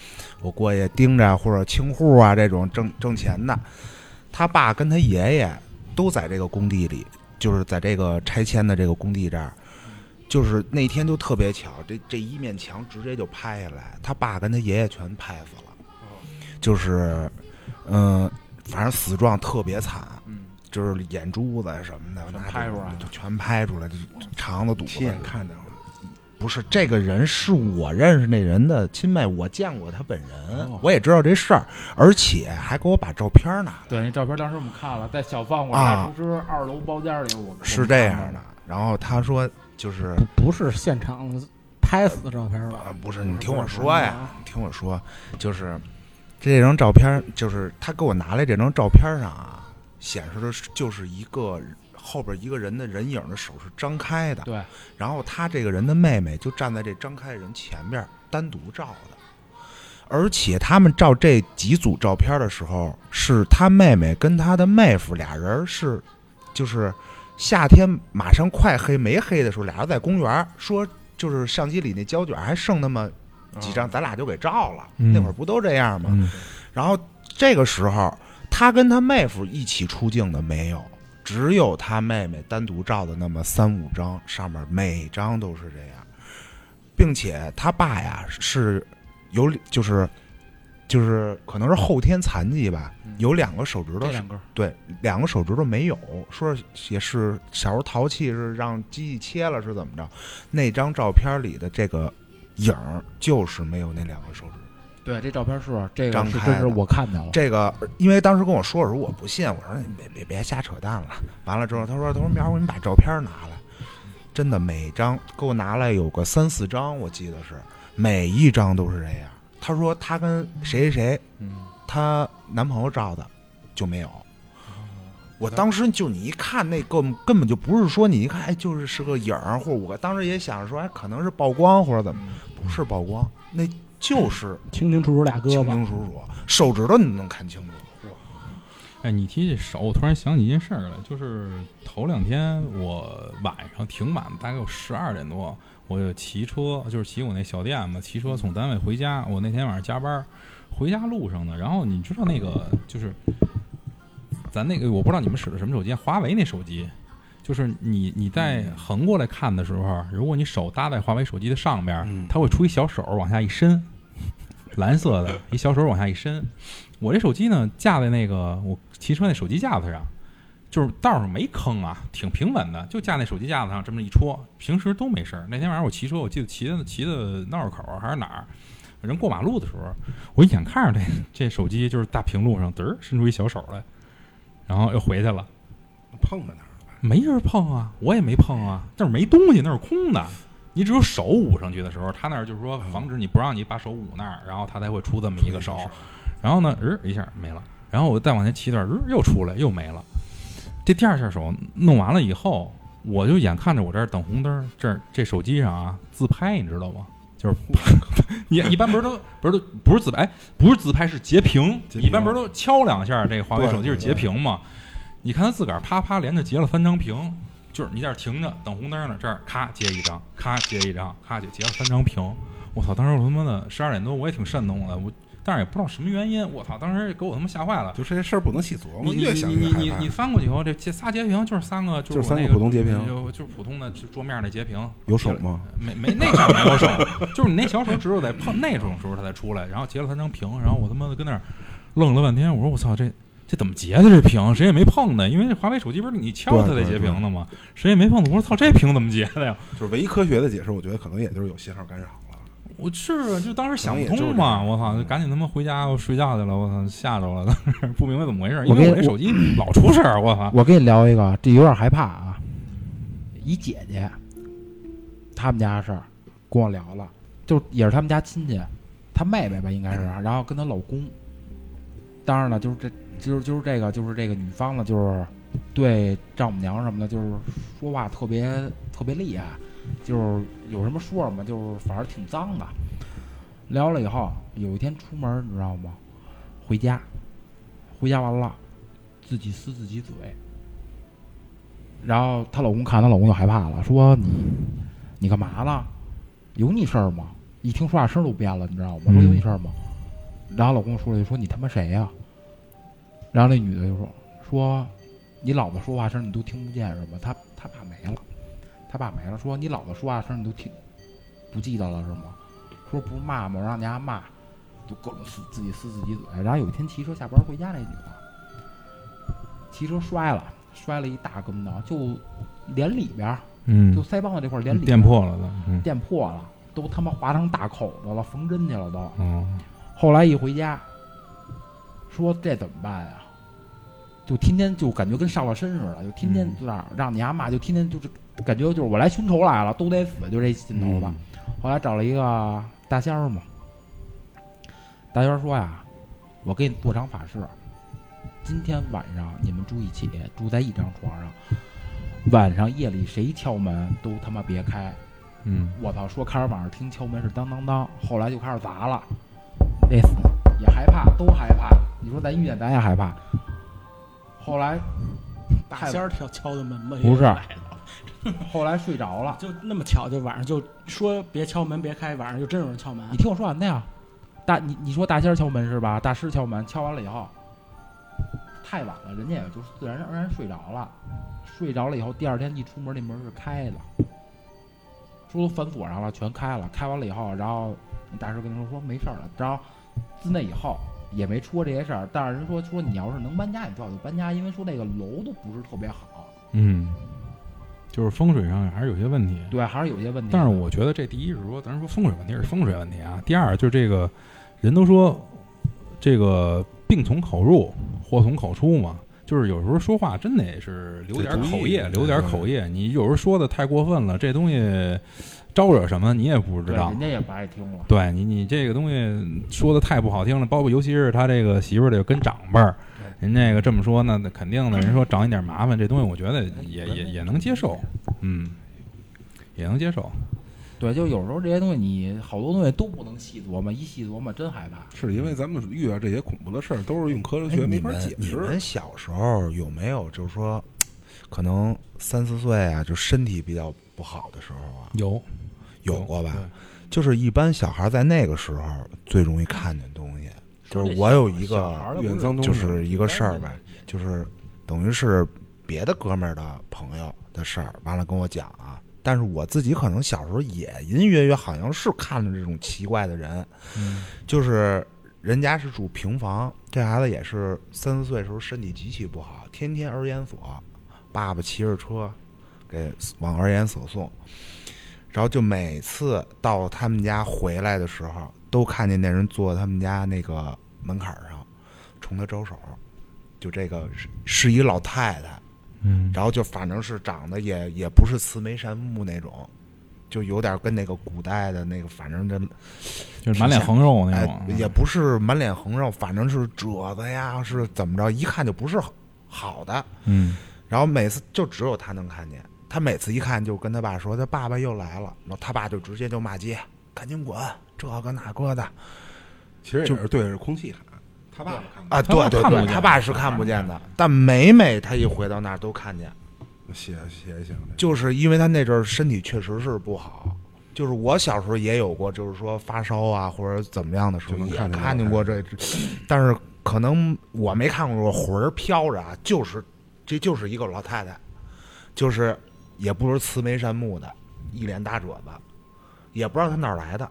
我过去盯着或者清户啊这种挣挣钱的，他爸跟他爷爷都在这个工地里，就是在这个拆迁的这个工地这儿。就是那天就特别巧，这这一面墙直接就拍下来，他爸跟他爷爷全拍死了。就是，嗯、反正死状特别惨，
嗯，
就是眼珠子啊什么的，
全
那就
拍出来了
就全拍出来，就肠子堵
亲
了
眼。看见了，
不是这个人是我认识那人的亲妹，我见过他本人，
哦
我也知道这事儿，而且还给我把照片拿来，
对，那照片当时我们看了，在小饭馆
啊
大厨师二楼包间里，我们
是这样的。。然后他说，就是
不不是现场拍死的照片吧？
啊，不是，
嗯
你听我说呀，你听我说，就是这张照片儿，就是他给我拿来这张照片上啊，显示的是就是一个后边一个人的人影的手是张开的，
对，
然后他这个人的妹妹就站在这张开的人前边儿单独照的。而且他们照这几组照片的时候，是他妹妹跟他的妹夫俩人是，就是夏天马上快黑没黑的时候，俩人在公园儿说，就是相机里那胶卷还剩那么几张，咱俩就给照了。
嗯
那会儿不都这样吗？
嗯
然后这个时候，他跟他妹夫一起出镜的没有，只有他妹妹单独照的那么三五张，上面每张都是这样，并且他爸呀是有就是就是可能是后天残疾吧，有两个手指
嗯
头
这
是
两个
对两个手指头没有，说也是小时候淘气是让机器切了是怎么着？那张照片里的这个影儿就是没有那两个手指头。
对，这照片是这个
张
是
开
真是
的
我看见了。
这个，因为当时跟我说的时候，我不信，我说你别别别瞎扯淡了。完了之后，他说他说苗儿，我给你把照片拿来，真的每张给我拿来有个三四张，我记得是每一张都是这样。他说他跟谁谁谁，
嗯，
她男朋友照的就没有。我当时就你一看那个根本就不是说你一看哎就是是个影儿，或者我当时也想说哎可能是曝光或者怎么，不是曝光，那就是
清清楚楚俩胳
清
膊，
清楚楚，手指头你能看清楚。
哎，你提起手，我突然想起一件事儿来，就是头两天我晚上挺晚的，大概有十二点多，我就骑车，就是骑我那小电嘛，骑车从单位回家。我那天晚上加班，回家路上呢，然后你知道那个就是咱那个，我不知道你们使的什么手机，华为那手机。就是你，你在横过来看的时候，如果你手搭在华为手机的上边儿，
嗯
它会出一小手往下一伸，蓝色的，一小手往下一伸，我这手机呢架在那个我骑车那手机架子上，就是道上没坑啊，挺平稳的，就架那手机架子上这么一戳，平时都没事儿。那天晚上我骑车，我记得骑的骑的闹市口还是哪儿，人过马路的时候，我一眼看着这这手机就是大屏幕上嘚儿伸出一小手来，然后又回去了，
碰着哪儿了吧？
没人碰啊，我也没碰啊，那儿没东西，那儿空的。你只有手捂上去的时候，他那儿就是说防止你不让你把手捂那儿，然后他才会出这么一个手。然后呢，日、一下没了，然后我再往前骑一段，日、又出来又没了。这第二下手弄完了以后，我就眼看着我这儿等红灯儿，这儿这手机上啊自拍，你知道吗？ 就是啪，你一般不是都不是都不是自拍，哎不是自拍是截屏，
截
一
屏
般不是都敲两下这个华为手机是
对对
截
对
屏吗？你看他自个儿啪啪连着截了三张屏，就是你在这儿停着等红灯呢，这儿咔截一张，咔截一张，咔截截了三张屏。我操！当时我他妈的十二点多，我也挺瘆得慌的，我但是也不知道什么原因，我操，当时给我他妈吓坏了。
就这些事儿不能细琢磨，
你你
越想
你
越
你
害
你你
怕。
翻过去以后，这截仨截屏就是三个，就
就是
我
三个
那个
普通截屏
就就是普通的桌面的截屏，
有手吗？
没没那个没有手，就是你那小手指头得碰那种时候它才出来，然后截了三张屏，然后我他妈的跟那儿愣了半天，我说我操这。这怎么截的这屏？谁也没碰呢，因为这华为手机不是你敲它
对
才
对
截
对
屏的吗？谁也没碰的。我说操，这屏怎么截的呀？
就是唯一科学的解释，我觉得可能也就是有信号干扰了。
我是啊就当时想
可能也
不
就是
通
这
嘛，
样
我操，就赶紧他妈回家我睡觉去了，我操，吓着了，当时不明白怎么回事，因
我跟
为我这手机老出事儿，我操，
我给你聊一个，这有点害怕啊。一姐姐，他们家的事儿跟我聊了，就也是他们家亲戚，她妹妹吧应该是，然后跟她老公。当然了，就是这，就是就是这个，就是这个女方呢，就是对丈母娘什么的，就是说话特别特别厉害，就是有什么说什么，就是反正挺脏的。聊了以后，有一天出门你知道吗？回家，回家完了，自己撕自己嘴。然后她老公看她老公就害怕了，说你你干嘛呢？有你事儿吗？一听说话声儿都变了，你知道吗？说
嗯
有你事儿吗？然后老公说了一句说你他妈谁呀、然后那女的就说说你老子说话声你都听不见是吗？她她爸没了，她爸没了，说你老子说话声你都听不记得了是吗？说不是骂吗？我让你家骂，就各种撕自己撕自己嘴。然后有一天骑车下班回家，那女的骑车摔了，摔了一大跟头，就脸里边儿
嗯
就腮帮子这块儿脸里边
电
儿
破了的，嗯，
电破了，都他妈划成大口子了，缝针去了都。
哦，
后来一回家，说这怎么办呀？就天天就感觉跟上了身似的，就天天就那儿让你阿骂，就天天就是感觉就是我来寻仇来了，都得死，就这劲头吧。后来找了一个大仙儿嘛，大仙儿说呀，我给你做场法事，今天晚上你们住一起，住在一张床上，晚上夜里谁敲门都他妈别开，
嗯，
我操！说开始晚上听敲门是当当当，后来就开始砸了，累死了，也害怕，都害怕。你说咱遇见咱也害怕。后来
大仙儿敲敲的门吗？
不是
这个
后来睡着了，
就那么巧，就晚上就说别敲门，别开，晚上就真有人敲门
你。听我说完的呀。大你你说大仙儿敲门是吧？大师敲门，敲完了以后，太晚了，人家也就自然而然睡着了。睡着了以后，第二天一出门，那门是开的，说都反锁上了，全开了。开完了以后，然后大师跟他说说没事儿了。然后自那以后也没出过这些事儿，但是人说说你要是能搬家，你最好就搬家，因为说那个楼都不是特别好，
嗯，就是风水上还是有些问题。
对，还是有些问题的。
但是我觉得这第一是说，咱说风水问题是风水问题啊。第二就是这个，人都说这个病从口入，祸从口出嘛。就是有时候说话真得是留点
得注意
口业，
对
留点口业。你有时候说的太过分了，这东西招惹什么你也不知
对
道
人。家也不爱听了，
对你，你这个东西说的太不好听了，包括尤其是他这个媳妇儿得跟长辈儿，人那个这么说，那那肯定的，人说长一点麻烦，这东西我觉得也也也能接受，嗯，也能接受，
对，就有时候这些东西你好多东西都不能细琢磨，一细琢磨真害怕。
是因为咱们遇到这些恐怖的事儿，都是用科
哎
学
你
没法
们
解
你
释
们。小时候有没有就是说，可能三四岁啊，就身体比较不好的时候啊，
有
有过吧？就是一般小孩在那个时候最容易看见东西。就是我有一
小孩
个，
儿的
远
不
脏东西
就是一个事儿呗，就是等于是别的哥们儿的朋友的事儿，完了跟我讲啊。但是我自己可能小时候也隐隐约约好像是看着这种奇怪的人，就是人家是住平房，这孩子也是三四岁时候身体极其不好，天天儿研所，爸爸骑着车给往儿研所送，然后就每次到他们家回来的时候，都看见那人坐他们家那个门槛儿上，冲他招手，就这个是是一老太太，
嗯，
然后就反正是长得也也不是慈眉善目那种。就有点跟那个古代的那个，反正这
就是满脸横肉那种嗯
哎，，也不是满脸横肉，反正是褶子呀，是怎么着，一看就不是好好的。
嗯，
然后每次就只有他能看见，他每次一看就跟他爸说，他爸爸又来了，然后他爸就直接就骂街，赶紧滚，这个那个的
其实也
就是
对着空气喊，他爸爸看
啊，
他爸
对对
看不
对，
见
他爸是看不见的，但每每他一回到那儿都看见，
写写一写，
就是因为他那阵儿身体确实是不好，就是我小时候也有过，就是说发烧啊或者怎么样的时候
就能
也
看见哎
看见过这，但是可能我没看过魂儿飘着啊，就是这就是一个老太太，就是也不是慈眉善目的，一脸大褶子，也不知道她哪儿来的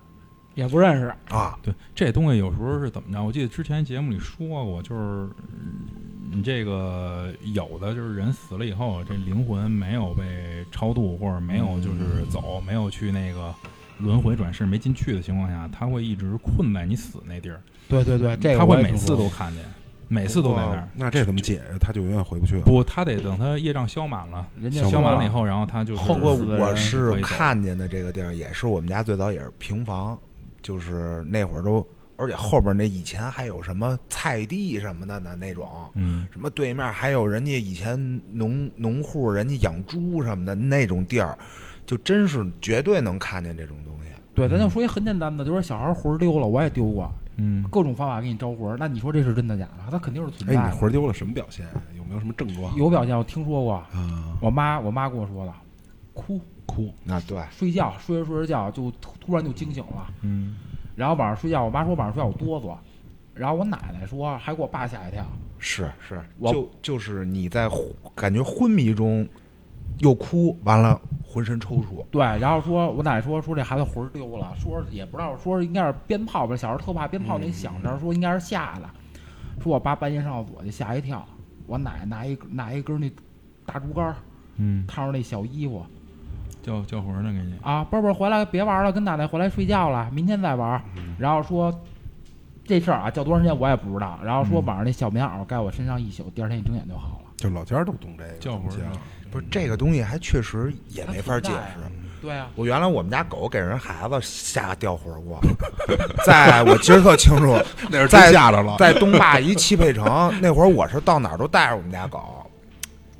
也不认识，
啊，
对，这东西有时候是怎么着？我记得之前节目里说过，就是你这个有的就是人死了以后，这灵魂没有被超度，或者没有
嗯
就是走，没有去那个轮回转世，没进去的情况下，他会一直困在你死那地儿，
对对对，这个
他
我
会
也
每
听
次
说
都
过
看见，每次都在那儿。
哦那这怎么解呀？他就永远回不去了。
不，他得等他业障消满了，
人家
小
说
消完了
啊
以后，然后他就是
不过
死的
我
人
是
可以走
看见的这个地儿，也是我们家最早也是平房，就是那会儿都，而且后边那以前还有什么菜地什么的呢那种，
嗯，
什么对面还有人家以前农农户，人家养猪什么的那种地儿，就真是绝对能看见这种东西。
对，
嗯
咱就说一很简单的，就是小孩魂儿丢了，我也丢过，
嗯，
各种方法给你招魂儿。那你说这是真的假的？它肯定是存
哎，
在
你
的。
魂儿丢了什么表现？啊有没有什么症状？
有表现，我听说过，
啊，
我妈我妈跟我说的，哭
哭，
那对，
睡觉睡着睡着觉就突突然就惊醒了，
嗯，
然后晚上睡觉，我妈说晚上睡觉我哆嗦，然后我奶奶说还给我爸吓一跳，
是是，
我
就就是你在昏感觉昏迷中又哭，完了浑身抽搐。
对，然后说我奶奶说说这孩子魂儿丢了，说也不知道说应该是鞭炮吧，小时候特怕鞭炮
嗯
那响声，说应该是吓的，说我爸半夜上厕所去吓一跳，我奶奶拿一拿一根那大竹竿儿
嗯，
套上那小衣服。
叫叫魂儿呢，给你，
啊，波波回来别玩了，跟奶奶回来睡觉了，明天再玩。
嗯
然后说这事儿啊，叫多长时间我也不知道。然后说
嗯
晚上那小棉袄盖我身上一宿，第二天一睁眼就好了。
就老家都懂这个啊
叫魂儿呢，
不是这个东西还确实也
它
没法
存
解
在
释。
对啊，
我原来我们家狗给人孩子吓掉魂儿过， 在我记得特清楚，
那是
在
真吓着了。
在东坝一汽配城 那会儿，我是到哪儿都带着我们家狗，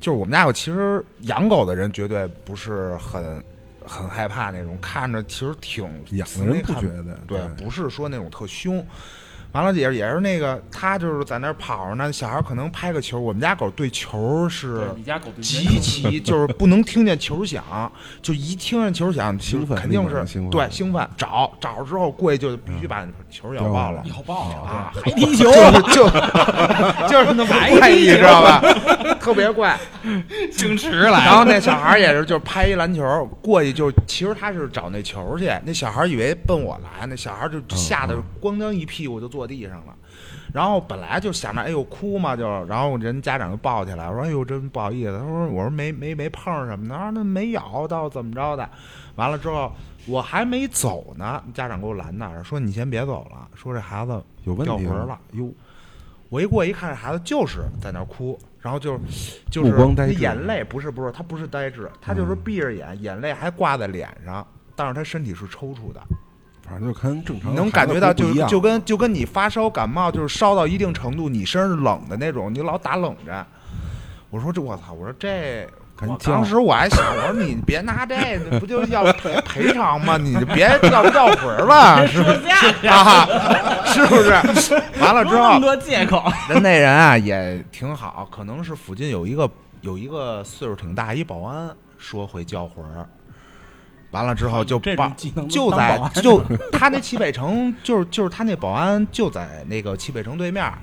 就是我们家狗其实养狗的人绝对不是很很害怕那种，看着其实挺
养的人不觉
得，
得，
对，不是说那种特凶。完了也是也是那个，他就是在那儿跑着呢，小孩可能拍个球，我们家狗对球是
对你家狗对
极其就是不能听见球响，就一听见球响，
兴奋
肯定
立马
是
兴奋
对兴奋，找找着之后过去就必须把球咬爆了
咬爆了
啊，
还踢球，
就是就 就是那么怪异，知道吧？特别怪，
惊迟了。
然后那小孩儿也是，就是拍一篮球过去就，其实他是找那球去，那小孩儿以为奔我来，那小孩儿就吓得咣当一屁股就坐地上了。然后本来就想着，哎呦哭嘛，就然后人家长就抱起来，我说哎呦真不好意思，他说我说没没没碰上什么的，啊那没咬到怎么着的。完了之后我还没走呢，家长给我拦那儿说你先别走了，说这孩子
有问
掉
题
魂儿
吗
了，哟。我一过一看，这孩子就是在那儿哭，然后就是就
目
是
光呆滞嗯
那眼泪不是不是，他不是呆滞，他就是闭着眼，眼泪还挂在脸上，但是他身体是抽搐的，
反正就跟正常
能感觉到
孩子
就
不一样
就跟就跟你发烧感冒，就是烧到一定程度，你身上是冷的那种，你老打冷战。我说这我操，我说这。
赶紧
我
叫
当时我还想，我说你别拿这，个，不就要赔赔偿吗？你就别要要魂儿了，是不是啊？是不是？完了之后，
多借口，
人那人啊也挺好，可能是附近有一个有一个岁数挺大一保安说会叫魂儿，完了之后就
这
把
种技能
就
当
在
保安
就他那汽配城就是就是他那保安就在那个汽配城对面儿，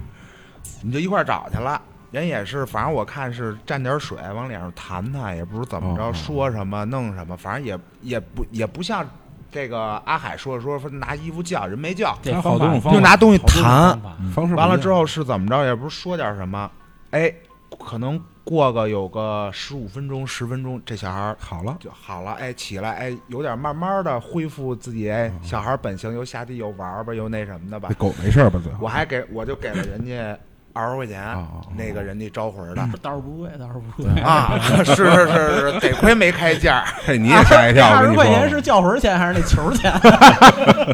你就一块儿找去了。人也是，反正我看是蘸点水往脸上弹弹，也不知怎么着，
哦
说什么弄什么，反正也也不也不像这个阿海说的说说拿衣服叫人没叫，
这
他
方
好多
法
种方
就
法
拿东西
好多种
弹，
方式
方法
不一样
完了之后是怎么着？也不是说点什么，哎，可能过个有个十五分钟、十分钟，这小孩儿
好了，
就好了，哎，起来，哎，有点慢慢的恢复自己，哎，
嗯
小孩儿本性，又下地又玩儿吧，又那什么的吧
那。狗没事儿吧？最后
我还给我就给了人家二十块钱
哦哦哦，嗯
那个人家招魂儿的
倒是不会，倒是不会。
啊，是是是是，得亏没开价儿，
嘿，你也吓一跳，我
二
跟
十
你
块钱
说，
是叫魂儿钱还是那球儿钱？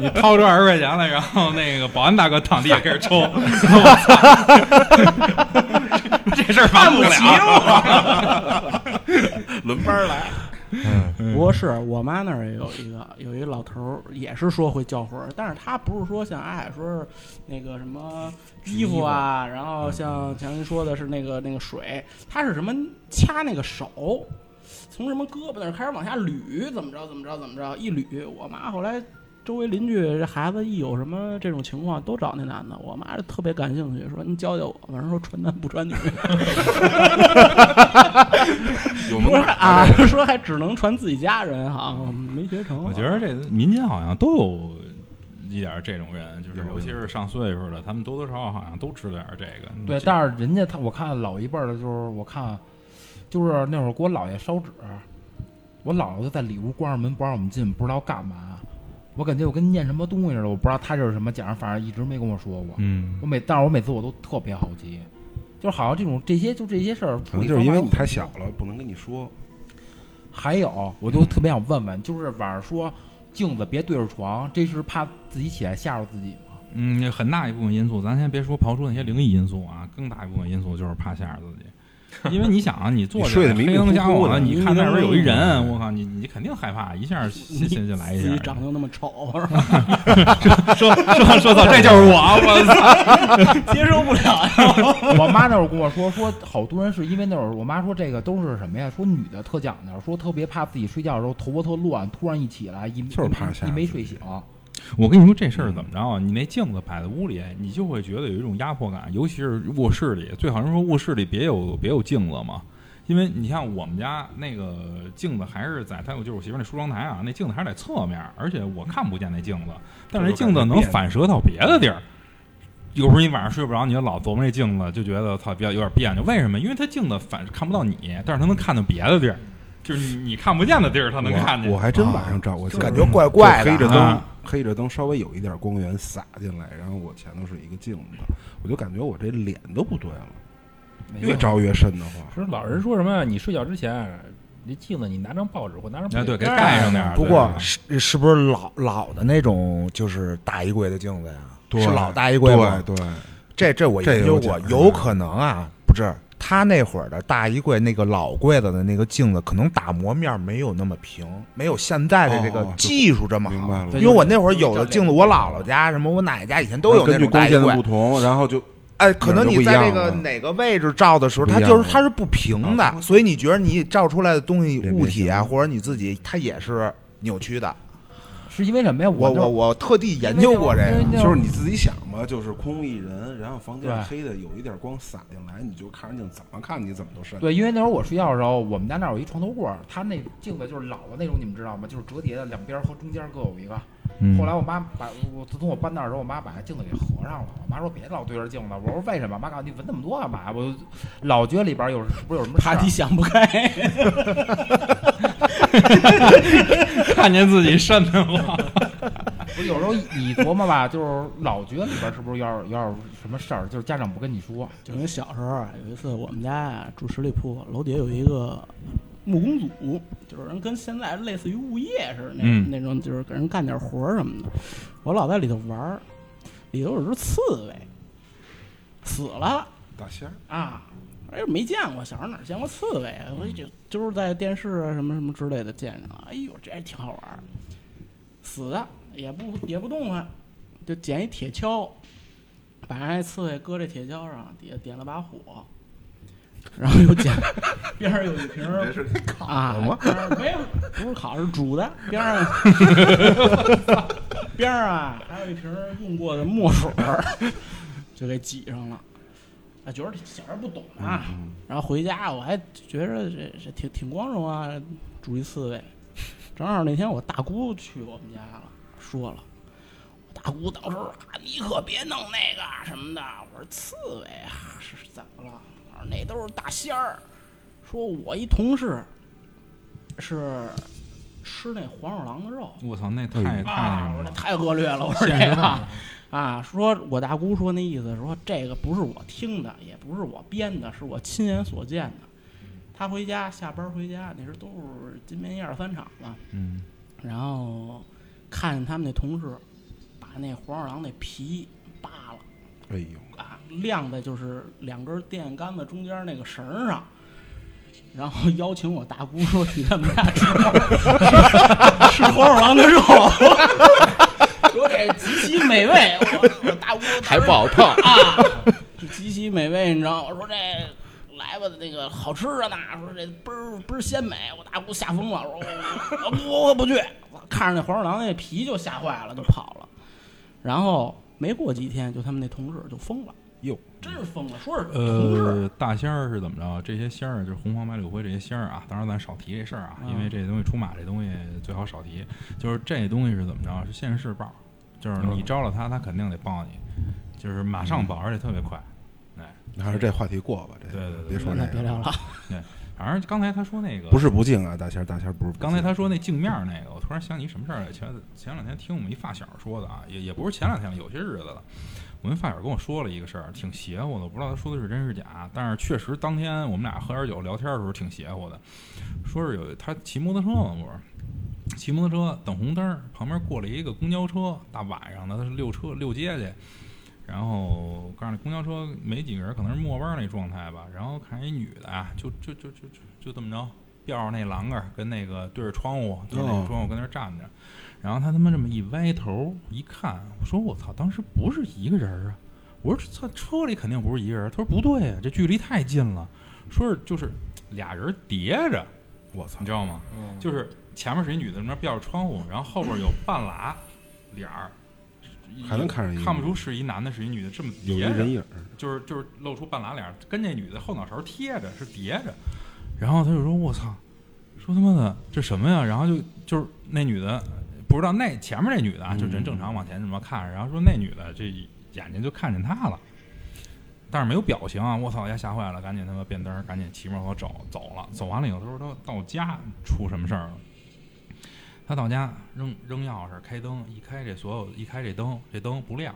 你掏出二十块钱来，然后那个保安大哥躺地下开始 抽， 这事儿办不了。
轮班儿来，嗯
不过是我妈那儿也有一个，有一老头儿也是说会叫魂儿，但是他不是说像阿海说是那个什么衣服啊，然后像强您说的是那个那个水，他是什么掐那个手，从什么胳膊那儿开始往下捋，怎么着怎么着怎么着，一捋，我妈后来周围邻居这孩子一有什么这种情况都找那男的，我妈就特别感兴趣，说你教教我吧，人说传男不传女，
有门
不是
槛儿
啊，
这个
说还只能传自己家人，好像没学成。
我觉得这民间好像都有一点儿这种人，就是
有
尤其是上岁数的，他们多多少少好像都知道点儿这个。
嗯
对，但是人家他，我看老一辈儿的，就是我看，就是那会儿给我姥爷烧纸，我姥姥就在里屋关上门不让我们进，不知道干嘛。我感觉我跟念什么东西似的，我不知道他这是什么讲，反正一直没跟我说过。
嗯
我每，但是我每次我都特别好奇，就是好像这种这些就这些事儿
可
处
能
理
就是因为你太
小。
小了，不能跟你说。
还有，我就特别想问问，就是晚上说镜子别对着床，这是怕自己起来吓着自己吗？
嗯，很大一部分因素，咱先别说刨出那些灵异因素啊，更大一部分因素就是怕吓着自己。因为你想啊，你坐着
你睡得迷
黑
迷
灯瞎
糊糊
火
的
的，
嗯
你看
迷迷
外边有一
糊糊
人，我靠，你你肯定害怕，一下心心就来一下
自
儿。
己长得又那么丑，是吧？
说说说到这就是我，我操！
接受不了呀。
我妈那会儿跟我说，说好多人是因为那会儿，我妈说这个都是什么呀？说女的特讲究，说特别怕自己睡觉的时候头发特乱，突然一起来一
就是怕吓
一
着
没
自
睡
己
醒。
我跟你说这事儿怎么着啊？你那镜子摆在屋里，你就会觉得有一种压迫感，尤其是卧室里，最好是说卧室里别有别有镜子嘛。因为你像我们家那个镜子还是在它有就是我媳妇儿那梳妆台啊，那镜子还是在侧面，而且我看不见那镜子，但是那镜子能反射到别的地儿。有时候你晚上睡不着，你就老琢磨这镜子，就觉得操比较有点别扭。为什么？因为它镜子反看不到你，但是它能看到别的地儿，就是你你看不见的地儿，它能看见。
我我还真晚上照过镜子，
感觉怪怪的
就黑着
啊
灯，黑着灯，稍微有一点光源洒进来，然后我前头是一个镜子，我就感觉我这脸都不对了，越照越深的
不
慌。
是老人说什么？你睡觉之前，你镜子你拿张报纸或拿张
哎，对，
被
给
盖
盖上点儿。
不过
对
是是不是老老的那种就是大衣柜的镜子呀？
对
是老大衣柜吗
对？对，
这这我研究
这
过
有，讲究嗯
有可能啊，不是他那会儿的大衣柜那个老柜子的那个镜子，可能打磨面没有那么平，没有现在的这个
哦就
技术这么
明
好。
白了
因。为我那会儿有的镜子，我姥姥家什么，我奶奶家以前都有那
根据
种
光
大衣
线的不
柜。
同，然后就
哎，可能你在这
不一
个
样了
哪个位置照的时候，
不一
它
样
就是
了
它是不平的
啊，
所以你觉得你照出来的东西
这
物
变
体啊，
形
或者你自己，它也是扭曲的。
是因为什么呀？
我
那会
我
儿
我特地研究过这
因为
个。
那会
就
儿
是你自己想吧，就是空无一人，然后房间
对
黑的，有一点光洒进来，你就看着镜，怎么看你怎么都深。
对，因为那会儿我睡觉的时候，我们家那儿有一床头柜儿，它那镜子就是老的那种，你们知道吗？就是折叠的，两边儿和中间儿各有一个。
嗯
后来我妈把我自从我搬那儿的时候，我妈把那镜子给合上了。我妈说别老对着镜子，我说为什么？妈告诉你闻那么多干嘛？我就老觉得里边儿有是不是有什么事
怕
儿
你想不开，
看见自己瘆得慌。
不是有时候 你琢磨吧，就是老觉得里边儿是不是要是要是什么事儿，就是家长不跟你说，
就跟小时候啊，有一次我们家呀住十里铺，楼底下有一个木工组，就是人跟现在类似于物业似的那、
嗯
那种，就是给人干点活儿什么的。我老在里头玩儿，里头有只刺猬，死了
嗯
大仙儿，
啊！哎，没见过，小时候哪见过刺猬啊？我就就是在电视啊什么什么之类的见着了。哎呦，这还挺好玩儿，死的也不也不动弹，就捡一铁锹，把那刺猬搁这铁锹上，底下点了把火，然后又捡边上有一瓶儿啊，边上没有，不是烤是煮的，边上 边上啊还有一瓶儿用过的墨水儿，就给挤上了。啊，觉得小时候不懂啊，然后回家我还觉着这这挺挺光荣啊，煮一刺猬。正好那天我大姑去我们家了，说了，我大姑当时啊，你可别弄那个什么的。我说刺猬啊，是是怎么了？我说那都是大仙儿。说我一同事是吃那黄鼠狼的肉，
我
哎
操，那太太
啊
那，个
我说
了。
太恶劣了，我说这个啊，说我大姑说那意思说这个不是我听的，也不是我编的，是我亲眼所见的。她回家下班回家那时候都是金边一二三厂嘛，
嗯，
然后看见他们那同事把那黄鼠狼那皮扒了。
哎呦，
啊，晾在就是两根电杆子中间那个绳儿上，然后邀请我大姑说去他们家吃吃黄鼠狼的肉，说这极其美味。我我大姑当时
还不好碰。
啊，就极其美味，你知道吗？我说这来来吧，那个好吃着呢，说这倍儿倍儿鲜美，我大姑吓疯了，我说我我我我不去，我看着那黄鼠狼那皮就吓坏了，就跑了。然后没过几天，就他们那同志就疯了，
哟，
真是疯了，说是同志，
呃，大仙儿是怎么着？这些仙儿就是红黄白柳灰这些仙儿啊，当然咱少提这事儿啊，
嗯
因为这东西出马这东西最好少提。就是这东西是怎么着？是现世报，就是你
嗯
招了他，他肯定得报你，就是马上报，而且特别快。
还是这话题过吧，这
对对对
别说
那
这
别
个，
聊了，
反正刚才他说那个
不是不敬啊，大仙儿大仙儿不是不敬
刚才他说那镜面儿那个，我突然想起什么事儿来。前前两天听我们一发小说的啊，也也不是前两天了，有些日子了。我们发小跟我说了一个事儿，挺邪乎的，我不知道他说的是真是假，但是确实当天我们俩喝点酒聊天的时候挺邪乎的，说是有他骑摩托车嘛，不是骑摩托车等红灯儿，旁边过了一个公交车，大晚上的他是溜车溜街去，然后告诉你公交车没几个人，可能是末班儿那状态吧，然后看一女的啊，就就就就就就这么着。吊着那栏杆儿，跟那个对着窗户，对着那
哦
个窗户跟那儿站着，然后他他妈这么一歪头一看，我说我操，当时不是一个人儿啊！我说操，车里肯定不是一个人儿。他说不对啊呀、这距离太近了，说是就是俩人叠着，
我操
你，知道吗？
嗯
就是前面是一女的，那边吊着窗户，然后后边有半拉脸儿，
还能看上一个
看不出是一男的，是一女的，这么
有一
叠着
人影儿，
就是就是露出半拉脸儿，跟这女的后脑勺贴着，是叠着。然后他就说：“我操，说他妈的这什么呀？”然后就就是那女的不知道那前面那女的啊，就人正常往前这么看，然后说那女的这眼睛就看见他了，但是没有表情啊！我操，呀吓坏了，赶紧他妈变灯儿，赶紧骑摩托车走走了。走完了以后，他说他到家出什么事儿了？他到家扔扔钥匙，开灯，一开这所有一开这灯，这灯不亮。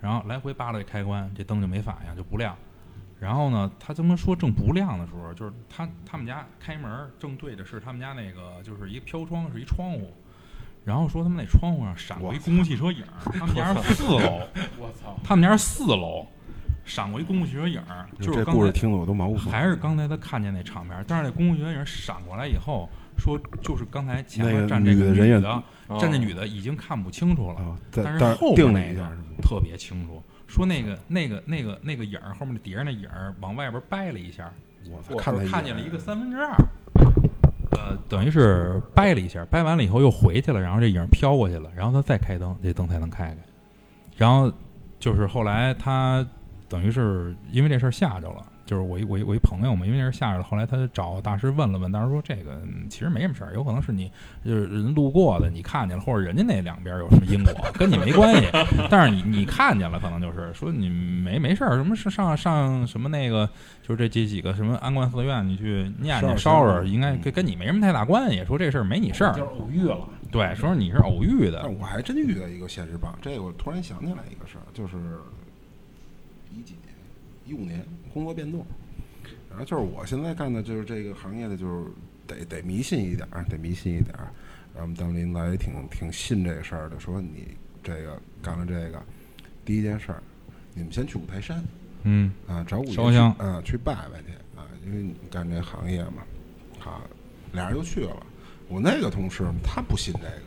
然后来回扒拉这开关，这灯就没反应，就不亮。然后呢，他他妈说正不亮的时候，就是他他们家开门儿正对着是他们家那个就是一飘窗是一窗户，然后说他们那窗户上闪过一公共汽车影儿，他们家是四楼，
我操！
他们家是四楼，闪过一公共汽车影儿，就是
这
刚
故
才
事听得我都毛骨悚然。
还是刚才他看见那场面，但是那公务员人闪过来以后，说就是刚才前面站这个
那个女的人
女
也
的，站那女的已经看不清楚了，
啊，但
但是
但
后
定
边
了
那
一
个
下是吗？
特别清楚，说那个那个那个那个影儿后面的底下那影儿往外边掰了一下，
我操，
我
看
我
了
看见
眼
了一个三分之二，呃，等于是掰了一下，掰完了以后又回去了，然后这影儿飘过去了，然后他再开灯，这灯才能开开。然后就是后来他等于是因为这事儿吓着了，就是我一我一我一朋友嘛，因为这事儿吓着了，后来他就找大师问了问，大师说这个嗯其实没什么事儿，有可能是你就是人路过的，你看见了，或者人家那两边有什么因果， 跟你没关系，但是你你看见了，可能就是说你没没事儿，什么是上上什么那个，就是这这几个什么安官寺院，你去念念
烧
烧
烧
烧，应该跟跟你没什么太大关系，说这事儿没你事
就是
儿，
偶遇了，
对，说你是偶遇的
但，我还真遇到一个现实版，这个我突然想起来一个事儿，就是一几年，一五年工作变动，然后就是我现在干的就是这个行业的，就是得得迷信一点儿，得迷信一点儿。然后我们当林来也挺挺信这个事儿的，说你这个干了这个，第一件事儿，你们先去五台山
嗯
啊，找五爷
烧
去
香
啊，去拜拜去啊，因为你干这行业嘛，啊，俩人就去了。我那个同事他不信这个，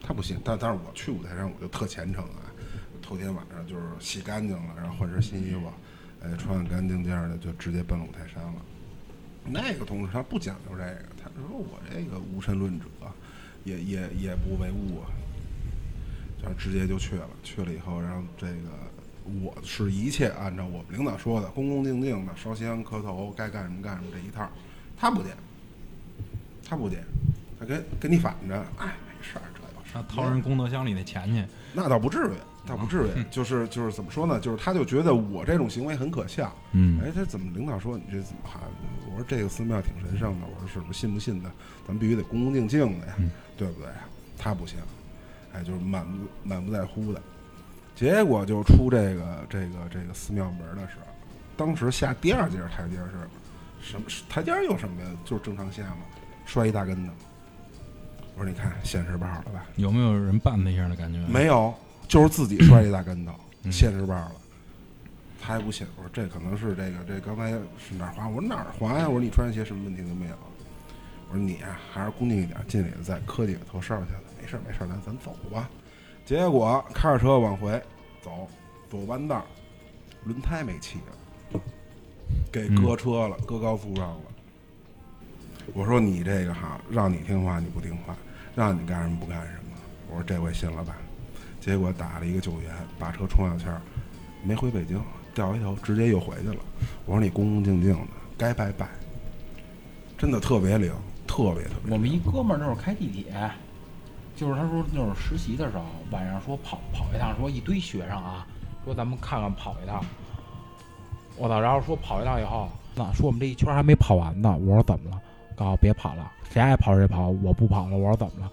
他不信，但但是我去五台山我就特虔诚啊，头天晚上就是洗干净了，然后换身新衣服，哎，穿干干净净的就直接奔五台山了。那个同事他不讲究这个，他说我这个无神论者，啊也也也不唯物啊，然后直接就去了。去了以后，然后这个我是一切按照我们领导说的，恭恭敬敬的烧香磕头，该干什么干什么这一套。他不见，他不见，他跟跟你反着，哎，没事儿，这有事
那
儿。
掏人功德箱里那钱去，
那倒不至于，倒不至于，就是就是怎么说呢？就是他就觉得我这种行为很可笑。
嗯
哎，他怎么领导说你这怎么还？我说这个寺庙挺神圣的，我说是不是信不信的？咱们必须得恭恭敬敬的呀，对不对？他不行，哎，就是满不满不在乎的。结果就出这个这个这个寺庙门的时候，当时下第二节台阶是什么？台阶儿有什么呀？就是正常下嘛，摔一大跟头。我说你看现实报了吧？
有没有人扮那样的感觉？
没有，就是自己摔一大跟头，
嗯
现实报了。他还不信，我说这可能是这个这刚才是哪儿滑？我说哪儿滑呀？我说你穿鞋什么问题都没有。我说你呀、还是恭敬一点，进里头再磕几个头烧去了，没事儿没事儿，咱咱走吧。结果开着车往回走，走半道儿轮胎没气了，给搁车了，搁高速上了。我说你这个哈，让你听话你不听话，让你干什么不干什么。我说这回信了吧？结果打了一个救援，把车冲下去儿，没回北京，掉一头直接又回去了。我说你恭恭敬敬的，该拜拜。真的特别灵，特别特别灵。
我们一哥们儿那会儿开地铁，就是他说那会儿实习的时候，晚上说跑跑一趟，说一堆学生啊，说咱们看看跑一趟。我操！然后说跑一趟以后，那说我们这一圈还没跑完呢。我说怎么了？告诉我别跑了，谁爱跑谁跑，我不跑了。我说怎么了？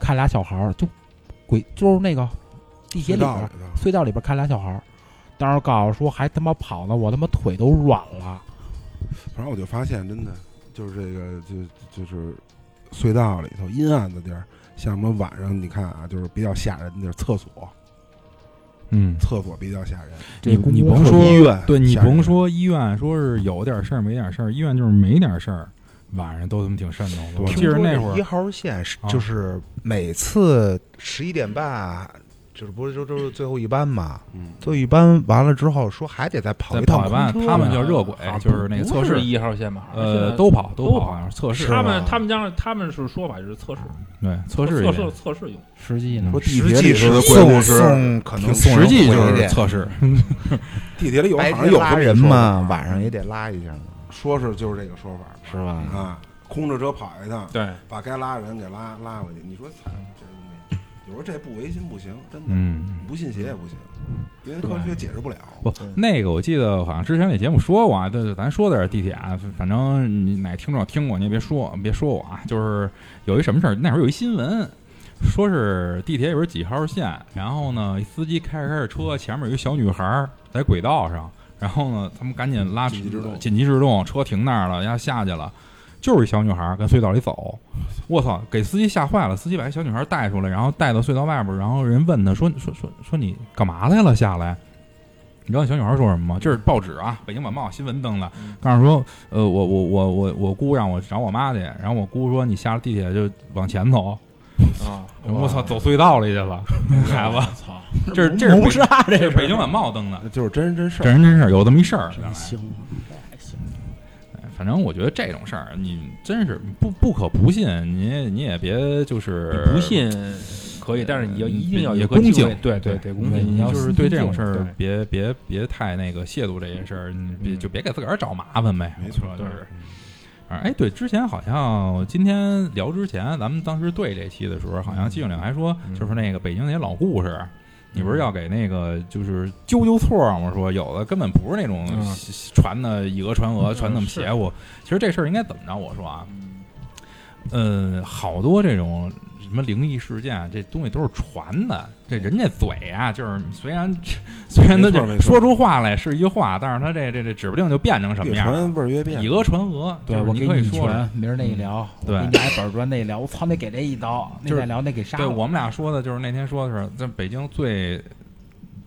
看俩小孩儿就鬼，就是那个地铁
隧
里
道
边儿
里头
隧道里边看俩小孩儿，当时告诉我说还他妈跑呢，我他妈腿都软了。
反正我就发现，真的就是这个，就就是隧道里头阴暗的地儿，像什么晚上你看啊，就是比较吓人的地儿，厕所，
嗯，
厕所比较吓人。
你
这公
你
共
甭
厕
说
医院，
对你
吓人
甭说医院，说是有点事儿没点事儿，医院就是没点事儿，晚上都他妈挺瘆得慌的。我
对
记着那会
一
儿，
号线是
啊
就是每次十一点半，就是不是就就是最后一班嘛？
嗯，
最后一班完了之后说还得再跑
在
一
跑
趟
一班，
空
啊他们叫热轨
好像，
就是那个
啊不
测
是
试，
一号线吧？好像现
呃，
在
都跑都
都
跑，
跑
好像测试
他们
吧
他们家他们是说法就是测试，
对测试
测试
一遍，
测试用。
实际呢
说，地
实
铁里
际
头的
是
规律
送
是，
送，可能送
实际
人
就
回
是
去
测试，
地铁里有好
白
像
天
有
拉
这么一
人
说
嘛
啊
法，
晚上也得拉一下嘛，
说是就是这个说法
是吧？
啊，空着车跑一趟，
对，
把该拉人给拉拉回去。你说操，这东西，有时候这不违心不行，真的，
嗯。
不信邪也不行，因为科学解释不了。
不，那个我记得好像之前这节目说过啊，就是咱说点地铁啊，反正你哪听众听过，你也别说别说我啊，就是有一什么事儿，那会儿有一新闻，说是地铁有时候几号线，然后呢，司机开着开着车，前面有一小女孩儿在轨道上，然后呢，他们赶紧拉
紧急制动
紧急制动，车停那儿了，然后下去了。就是一小女孩儿跟隧道里走，我操，给司机吓坏了。司机把一小女孩儿带出来，然后带到隧道外边儿，然后人问她说：“说说说你干嘛来了？下来？”你知道那小女孩说什么吗？这是报纸啊，《北京晚报》新闻登的，
嗯
告诉说，呃，我我我我我姑让我找我妈去，然后我姑说你下了地铁就往前走，
啊，
我操，走隧道里去 了，孩子，
操，
这是这是
谋
北
杀
这是
这
《北京晚报》登的，
就是真人真事
真
儿，
人真事儿有这么一事儿，
真行，这还行，啊
哎反正我觉得这种事儿你真是不不可不信，你也你也别就是
你不信可以，但是你
呃
要一定要
也
有个
恭
敬
敬
畏对对对，恭敬。
你
你要
就是
心
对这
敬
种事
对
儿别别别太那个亵渎这些事儿，你别
嗯
就别给自个儿找麻烦呗。
没
我
错
说就是。反正哎，对，之前好像今天聊之前，咱们当时对这期的时候，好
嗯
像季永亮还说，就是那个北京那些老故事，你
嗯
不是要给那个就是纠纠错儿吗？我说有的根本不是那种
嗯
传的以讹传讹，传那么
嗯是
邪乎。其实这事儿应该怎么着？我说啊，
嗯
呃，好多这种什么灵异事件，啊这东西都是传的。这人家嘴啊，就是虽然 虽然他
没错
这
没错
说出话来是一句话，但是他这这这指不定就变成什么
越
样儿了，
传味儿越变
以。讹传讹。
对
就是
我
你
给
可以
你一
说是，
拳，明儿那一聊，
对
我给你俩板砖那一聊，我操，那给这一刀，那
就是
再聊那给杀
对
了。
我们俩说的就是那天说的是，在北京最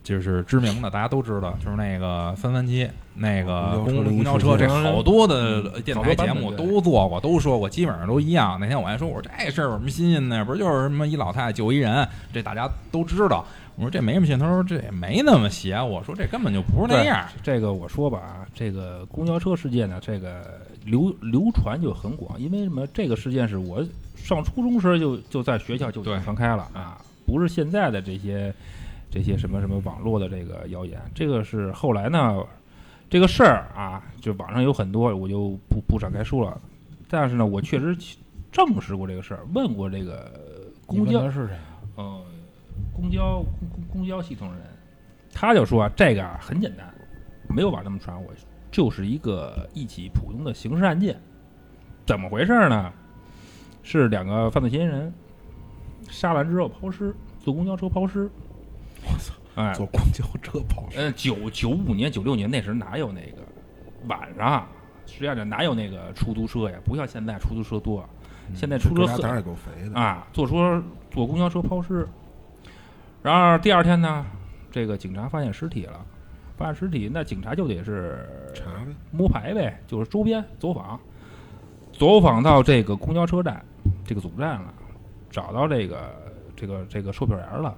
就是知名的，大家都知道，就是那个三三七那个
公交车
公
灵异
公交
事
车，这
件
好多的呃电
嗯好
台
多版
节
本
目
对
都做过，都说过，基本上都一样。那天我还说，我说这事儿有什么新鲜的？不是就是什么一老太太救一人，这大家都知道。我说这没什么新鲜，他说这也没那么邪。我说这根本就不是那样。
这个我说吧啊，这个公交车事件呢，这个流流传就很广，因为什么？这个事件是我上初中时就就在学校就已
对
经传开了啊，不是现在的这些这些什么什么网络的这个谣言，这个是后来呢，这个事儿啊，就网上有很多，我就不不展开说了。但是呢，我确实证实过这个事儿，问过这个
你
公
问
交
他是谁？啊
呃，公交公公公交系统人，他就说啊，这个啊很简单，没有往那么传我，就是一个一起普通的刑事案件，怎么回事呢？是两个犯罪嫌疑人杀完之后抛尸，坐公交车抛尸。我操！哎，
坐公交车跑，
嗯，九九五年、九六年那时候哪有那个晚上，实际上哪有那个出租车呀？不像现在出租车多，
嗯
现在出租
这
车
家
很
当然也够肥的。
啊，坐车坐公交车抛尸。然后第二天呢，这个警察发现尸体了，发现尸体，那警察就得是
查呗，
摸排呗，就是周边走访，走访到这个公交车站，这个总站了，找到这个这个这个售票员了，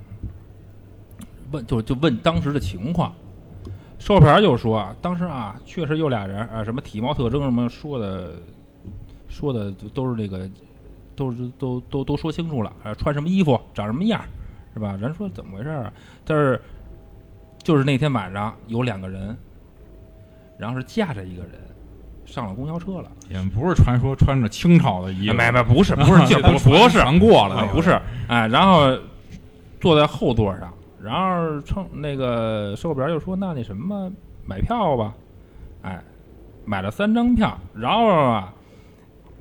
问就就问当时的情况，售票员就说啊，当时啊，确实有俩人啊，什么体貌特征什么说的，说的都都是这个，都是都都都说清楚了，啊，穿什么衣服，长什么样，是吧？人说怎么回事儿啊？但是就是那天晚上有两个人，然后是架着一个人上了公交车了。
也不是传说穿着清朝的衣服，
啊没没不是不是就不不是
传过
啊
了，
不是，哎，然后坐在后座上，然后乘那个售票员就说：“那那什么，买票吧。”哎，买了三张票，然后啊，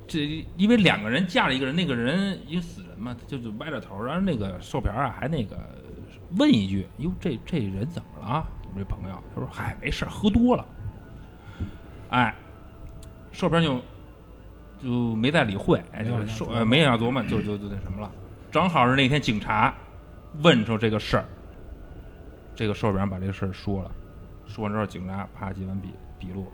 这因为两个人架着一个人，那个人一个死人嘛，他就就歪着头，然后那个售票员啊还那个问一句：“哟，这这人怎么了啊？”我这朋友他说：“嗨，没事儿，喝多了。”哎，售票员就就没再理会，哎，就是说呃没想琢磨，就就就那什么了。正好是那天警察问出这个事儿，这个售票员把这个事儿说了，说完之后，警察啪记完笔笔录，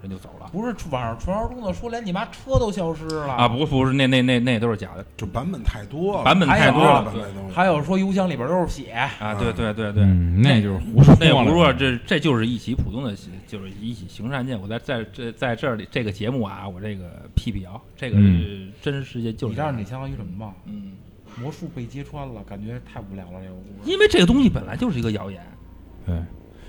人就走了。
不是网上传说中的说连你妈车都消失了
啊，不不是，那那那那都是假的
就版本太多了，
版本太多了
版本太多了
还有说邮箱里边都是血，
啊！对对对对，
嗯，那就是胡说了。
那不说这这就是一起普通的，就是一起刑事案件。我在在这在这里这个节目啊，我这个辟辟谣，这个是真实世界就是
你
这
知道
样
你相当于什么吗？
嗯，
魔术被揭穿了，感觉太无聊了这个故事。
因为这个东西本来就是一个谣言。
对，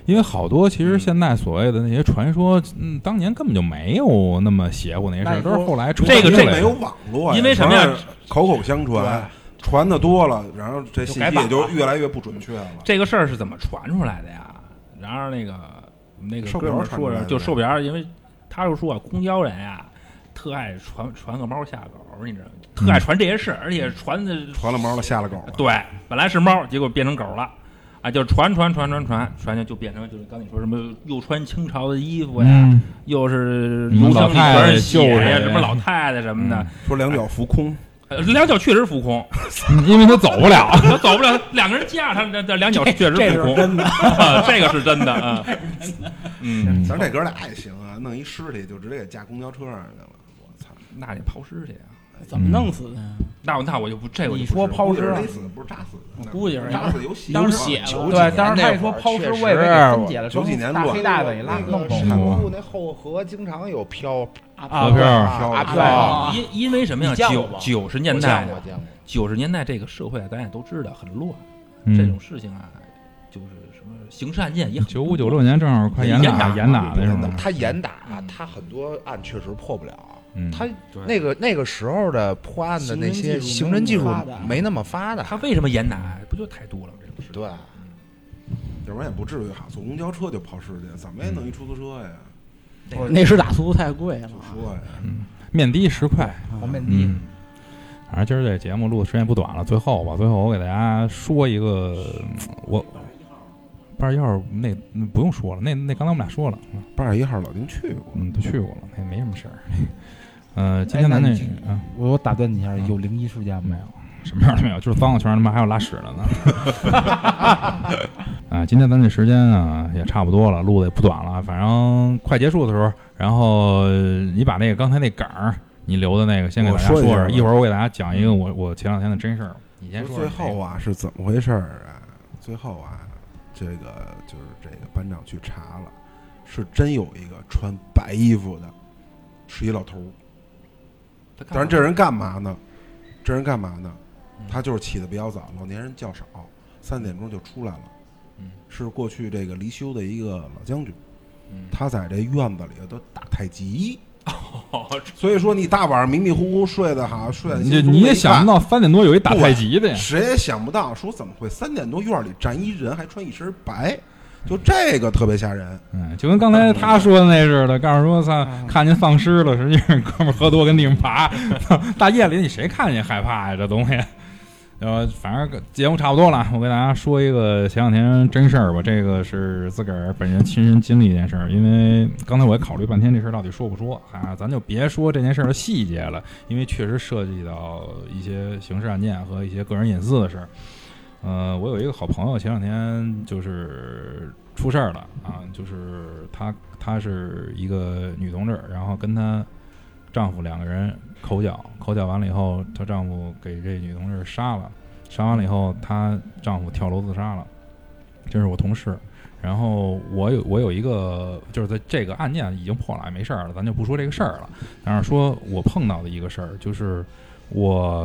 因为好多其实现在所谓的那些传说，嗯，当年根本就没有那么邪乎那些事
那
儿，
你
都
说
是后来出
这个
来
这个
的
没有网络呀，
因为什么呀
全是口口相传，传的多了，然后这信息也就越来越不准确了。
这个事儿是怎么传出来的呀？然而那个我们那个
售
哥
票
们儿
传
说
出来
着，
的
就售票员，因为他就说啊，公交人啊，特爱传传个猫下狗，你知道吗？特爱传这些事儿，而且传的
传了猫了，下了狗了，
对，本来是猫，结果变成狗了。啊，就传传传传传传就就变成就是刚才你说什么又穿清朝的衣服呀，
嗯
又是
什么
油箱里
老太太
全是血
救谁
呀，
呀
什么老太太什么的，
说两脚浮空，
呃两脚确实浮空，
嗯因为他走不了。
他 走不了，两个人架上，这这两脚确实浮空，真 的，这个是真的啊，嗯，
嗯
咱这哥俩也行啊，弄一尸体就直接给架公交车上去了。我操，
那得抛尸去啊，
怎么弄死的呀？
那我那我就不这我就
你
不
说
知道
抛
估
尸
计是
啊
勒死的，不是扎死的。
估计是
扎死有血，
当时
九几
对，
年
当时他一
那
说
会儿
抛尸，
确实
我以为给分解了，
九几年
大
乱
黑袋子给拉
那
弄
个
走
山
了
东路那后河经常有漂
啊
河边儿
嗯啊
漂
阿
对
飘，
啊
因因为什么呀？
你见过
九
吗
九十
我
年代
见
啊，
过，见过。
九十年代这个社会啊，咱也都知道很乱，这
嗯
种，事情啊，就是什么刑事案件也很
九五九六年正好快
严
严
打
打严打那时候，
他严打
嗯，
他很多案确实破不了。
嗯
他
对
那个那个时候的破案的那些
刑
刑
侦
侦
技
技
术
术
没
没那么发达
他，为什么严打？不就太多了吗？这种事情
对，
要不然也不至于哈，坐公交车就抛尸去，怎么也弄一出租车呀？
那是打速度太贵了
就说呀，
面的十块，
啊
黄面的
嗯，反正今儿这节目录的时间也不短了，最后吧，最后我给大家说一个，嗯我八十一号那那不用说了，那那刚才我们俩说了，
八十一号老丁去过，
嗯，都去过了，那没什么事儿。呃，今
哎
天
那
咱
你
这
去
啊
我我打断你一下，有灵异事件
没
没
有
有？
什么样都没有，就是脏的全是他妈还有拉屎的呢。 啊，今天咱这时间啊也差不多了，录的也不短了，反正快结束的时候，然后呃你把那个刚才那梗儿你留的那个先给大家
我说一下
说，
吧
一会儿我给大家讲一个我我前两天的真事儿，你先说。
最后，啊是怎么回事儿啊？最后啊，这个就是这个班长去查了，是真有一个穿白衣服的，是一老头儿。
他干嘛
但是这人干嘛呢？这人干嘛呢
嗯？
他就是起的比较早，老年人较少，三点钟就出来了
嗯。
是过去这个离休的一个老将军，
嗯
他在这院子里头打太极，
哦
所以说你大晚上迷迷糊糊睡得好，睡得
你
稀
这
松
你
一
也
看
想不到三点多有一打太极的呀？
谁也想不到，说怎么会三点多院里站一人，还穿一身白，就这个特别吓人。
嗯，就跟刚才他说的那似的，告诉说操，看见丧尸了，实际上哥们儿喝多跟地上爬， 大夜里你谁看见害怕呀？这东西。然后反正节目差不多了，我给大家说一个前两天真事儿吧，这个是自个儿本人亲身经历一件事儿。因为刚才我也考虑半天这事儿到底说不说啊，咱就别说这件事儿的细节了，因为确实涉及到一些刑事案件和一些个人隐私的事儿。呃，我有一个好朋友，前两天就是出事儿了啊，就是她她是一个女同志，然后跟她丈夫两个人口角，口角完了以后，她丈夫给这女同志杀了，杀完了以后，她丈夫跳楼自杀了，这是我同事。然后我有我有一个，就是在这个案件已经破了，没事儿了，咱就不说这个事儿了。但是说我碰到的一个事儿，就是我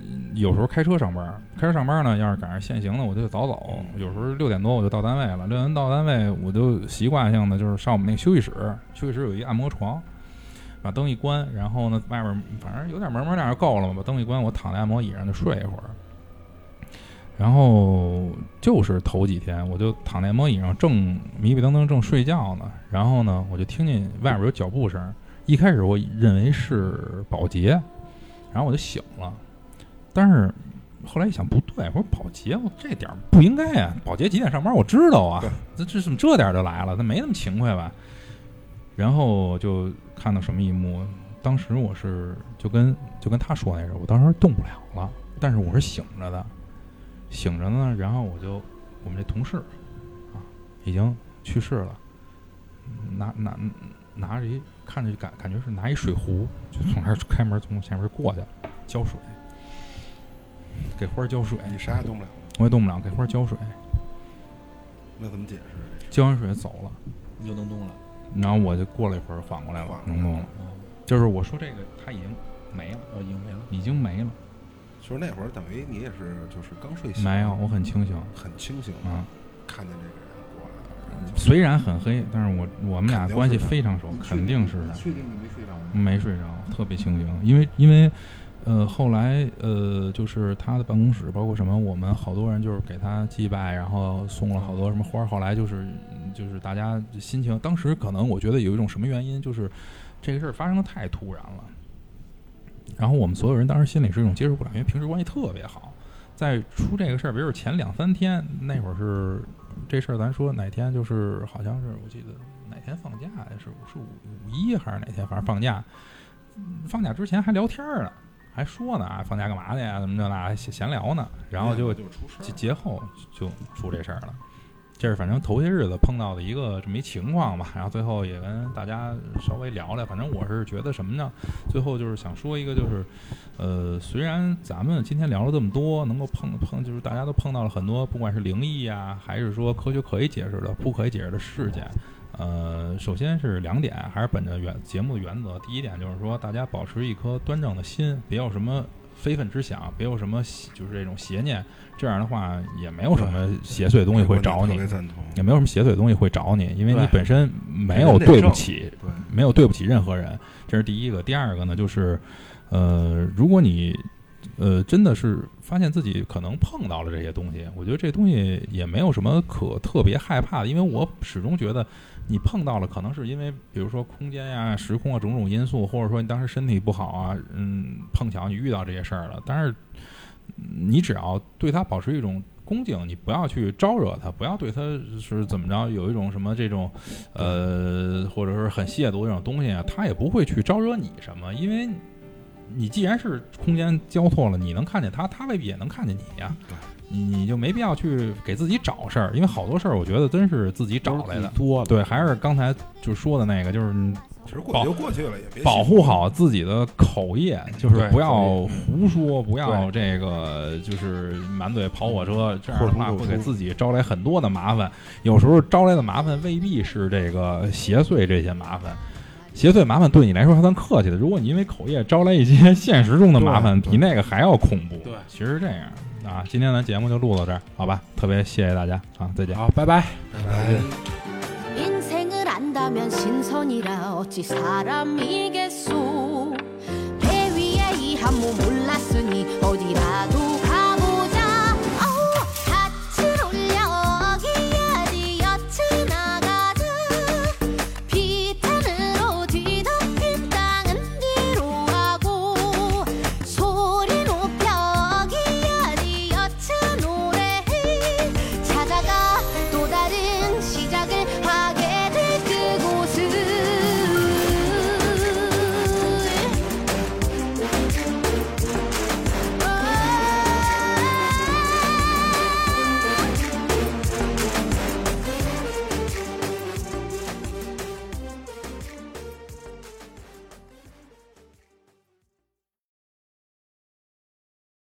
嗯有时候开车上班儿，开车上班儿呢，要是赶上限行呢，我就早走。有时候六点多我就到单位了，六点到单位我就习惯性的就是上我们那个休息室，休息室有一按摩床，把灯一关，然后呢外面反正有点门门亮就够了嘛，把灯一关，我躺在按摩椅上就睡一会儿。然后就是头几天，我就躺在按摩椅上正迷迷瞪瞪正睡觉呢，然后呢我就听见外边有脚步声，一开始我认为是保洁，然后我就醒了，但是后来一想不对，我说保洁我这点儿不应该啊，保洁几点上班我知道啊，这这怎么这点儿就来了？他没那么勤快吧？然后就看到什么一幕，当时我是就跟就跟他说那种，我当时动不了了，但是我是醒着的，醒着呢，然后我就我们这同事啊已经去世了，拿拿拿着一看着就感感觉是拿一水壶，就从那儿开门从前面过去了，浇水，给花儿浇水，
你啥也动不了，
我也动不了，给花儿浇水，
那怎么解释？
浇完水走了。
你就能动了。
然后我就过了一会儿缓过来了，能动了。就是我说这个，他已经没了，
哦，已经没了。
已经没了，
就是那会儿等于你也是就是刚睡醒，
没有，我很清醒
很清醒，
啊。
看见这个人过来了，
虽然很黑，但是我我们俩
肯定是
关系
的
非常熟，肯定是
你
的，
确定你没睡着吗？
没睡着，特别清醒。因为因为呃，后来呃，就是他的办公室，包括什么，我们好多人就是给他祭拜，然后送了好多什么花儿。后来就是嗯就是大家心情，当时可能我觉得有一种什么原因，就是这个事儿发生的太突然了。然后我们所有人当时心里是一种接受不了，因为平时关系特别好，在出这个事儿，比如前两三天那会儿是这事儿，咱说哪天就是好像是我记得哪天放假呀，是是五五一还是哪天，反正放假，嗯放假之前还聊天儿呢，还说呢啊，放假干嘛去呀？怎么着呢？还闲闲聊呢，然后就
就出事
节节后就出这事儿了。这是反正头些日子碰到的一个这么一情况吧，然后最后也跟大家稍微聊聊。反正我是觉得什么呢？最后就是想说一个，就是，呃，虽然咱们今天聊了这么多，能够碰碰，就是大家都碰到了很多，不管是灵异啊，还是说科学可以解释的、不可以解释的事件。呃，首先是两点，还是本着原节目的原则。第一点就是说，大家保持一颗端正的心，别有什么非分之想，别有什么就是这种邪念，这样的话也没有什么邪祟的东西会找
特
你嗯
别，赞同。
也没有什么邪祟的东西会找你，因为你
对
本身没有对不起，
对，
没有对不起任何人，这是第一个。第二个呢，就是，呃，如果你呃真的是发现自己可能碰到了这些东西，我觉得这东西也没有什么可特别害怕的，因为我始终觉得你碰到了，可能是因为比如说空间呀、时空啊种种因素，或者说你当时身体不好啊，嗯，碰巧你遇到这些事儿了，但是你只要对它保持一种。恭敬，你不要去招惹它，不要对它是怎么着，有一种什么这种呃，或者是很亵渎这种东西啊，他也不会去招惹你什么，因为你既然是空间交错了，你能看见他，他未必也能看见你呀、
对
你你就没必要去给自己找事儿，因为好多事儿我觉得真是自己找来的。
多了，
对，还是刚才就说的那个，就是你
其实过去就过去了，也别
保护好自己的口业，就是
对
不要胡说，不要这个就是满嘴跑火车，这样的话
或者说
会给自己招来很多的麻烦。有时候招来的麻烦未必是这个邪祟这些麻烦。邪祟麻烦对你来说还算客气的，如果你因为口业招来一些 现实中的麻烦，
对对
比那个还要恐怖。
对
其实是这样啊，今天咱节目就录到这儿，好吧？特别谢谢大家啊，再见。
好，拜拜。
哎
인생을 안다면 신선이라 어찌 사람이겠소 배 위에 이 한무 몰랐으니 어디라도 어,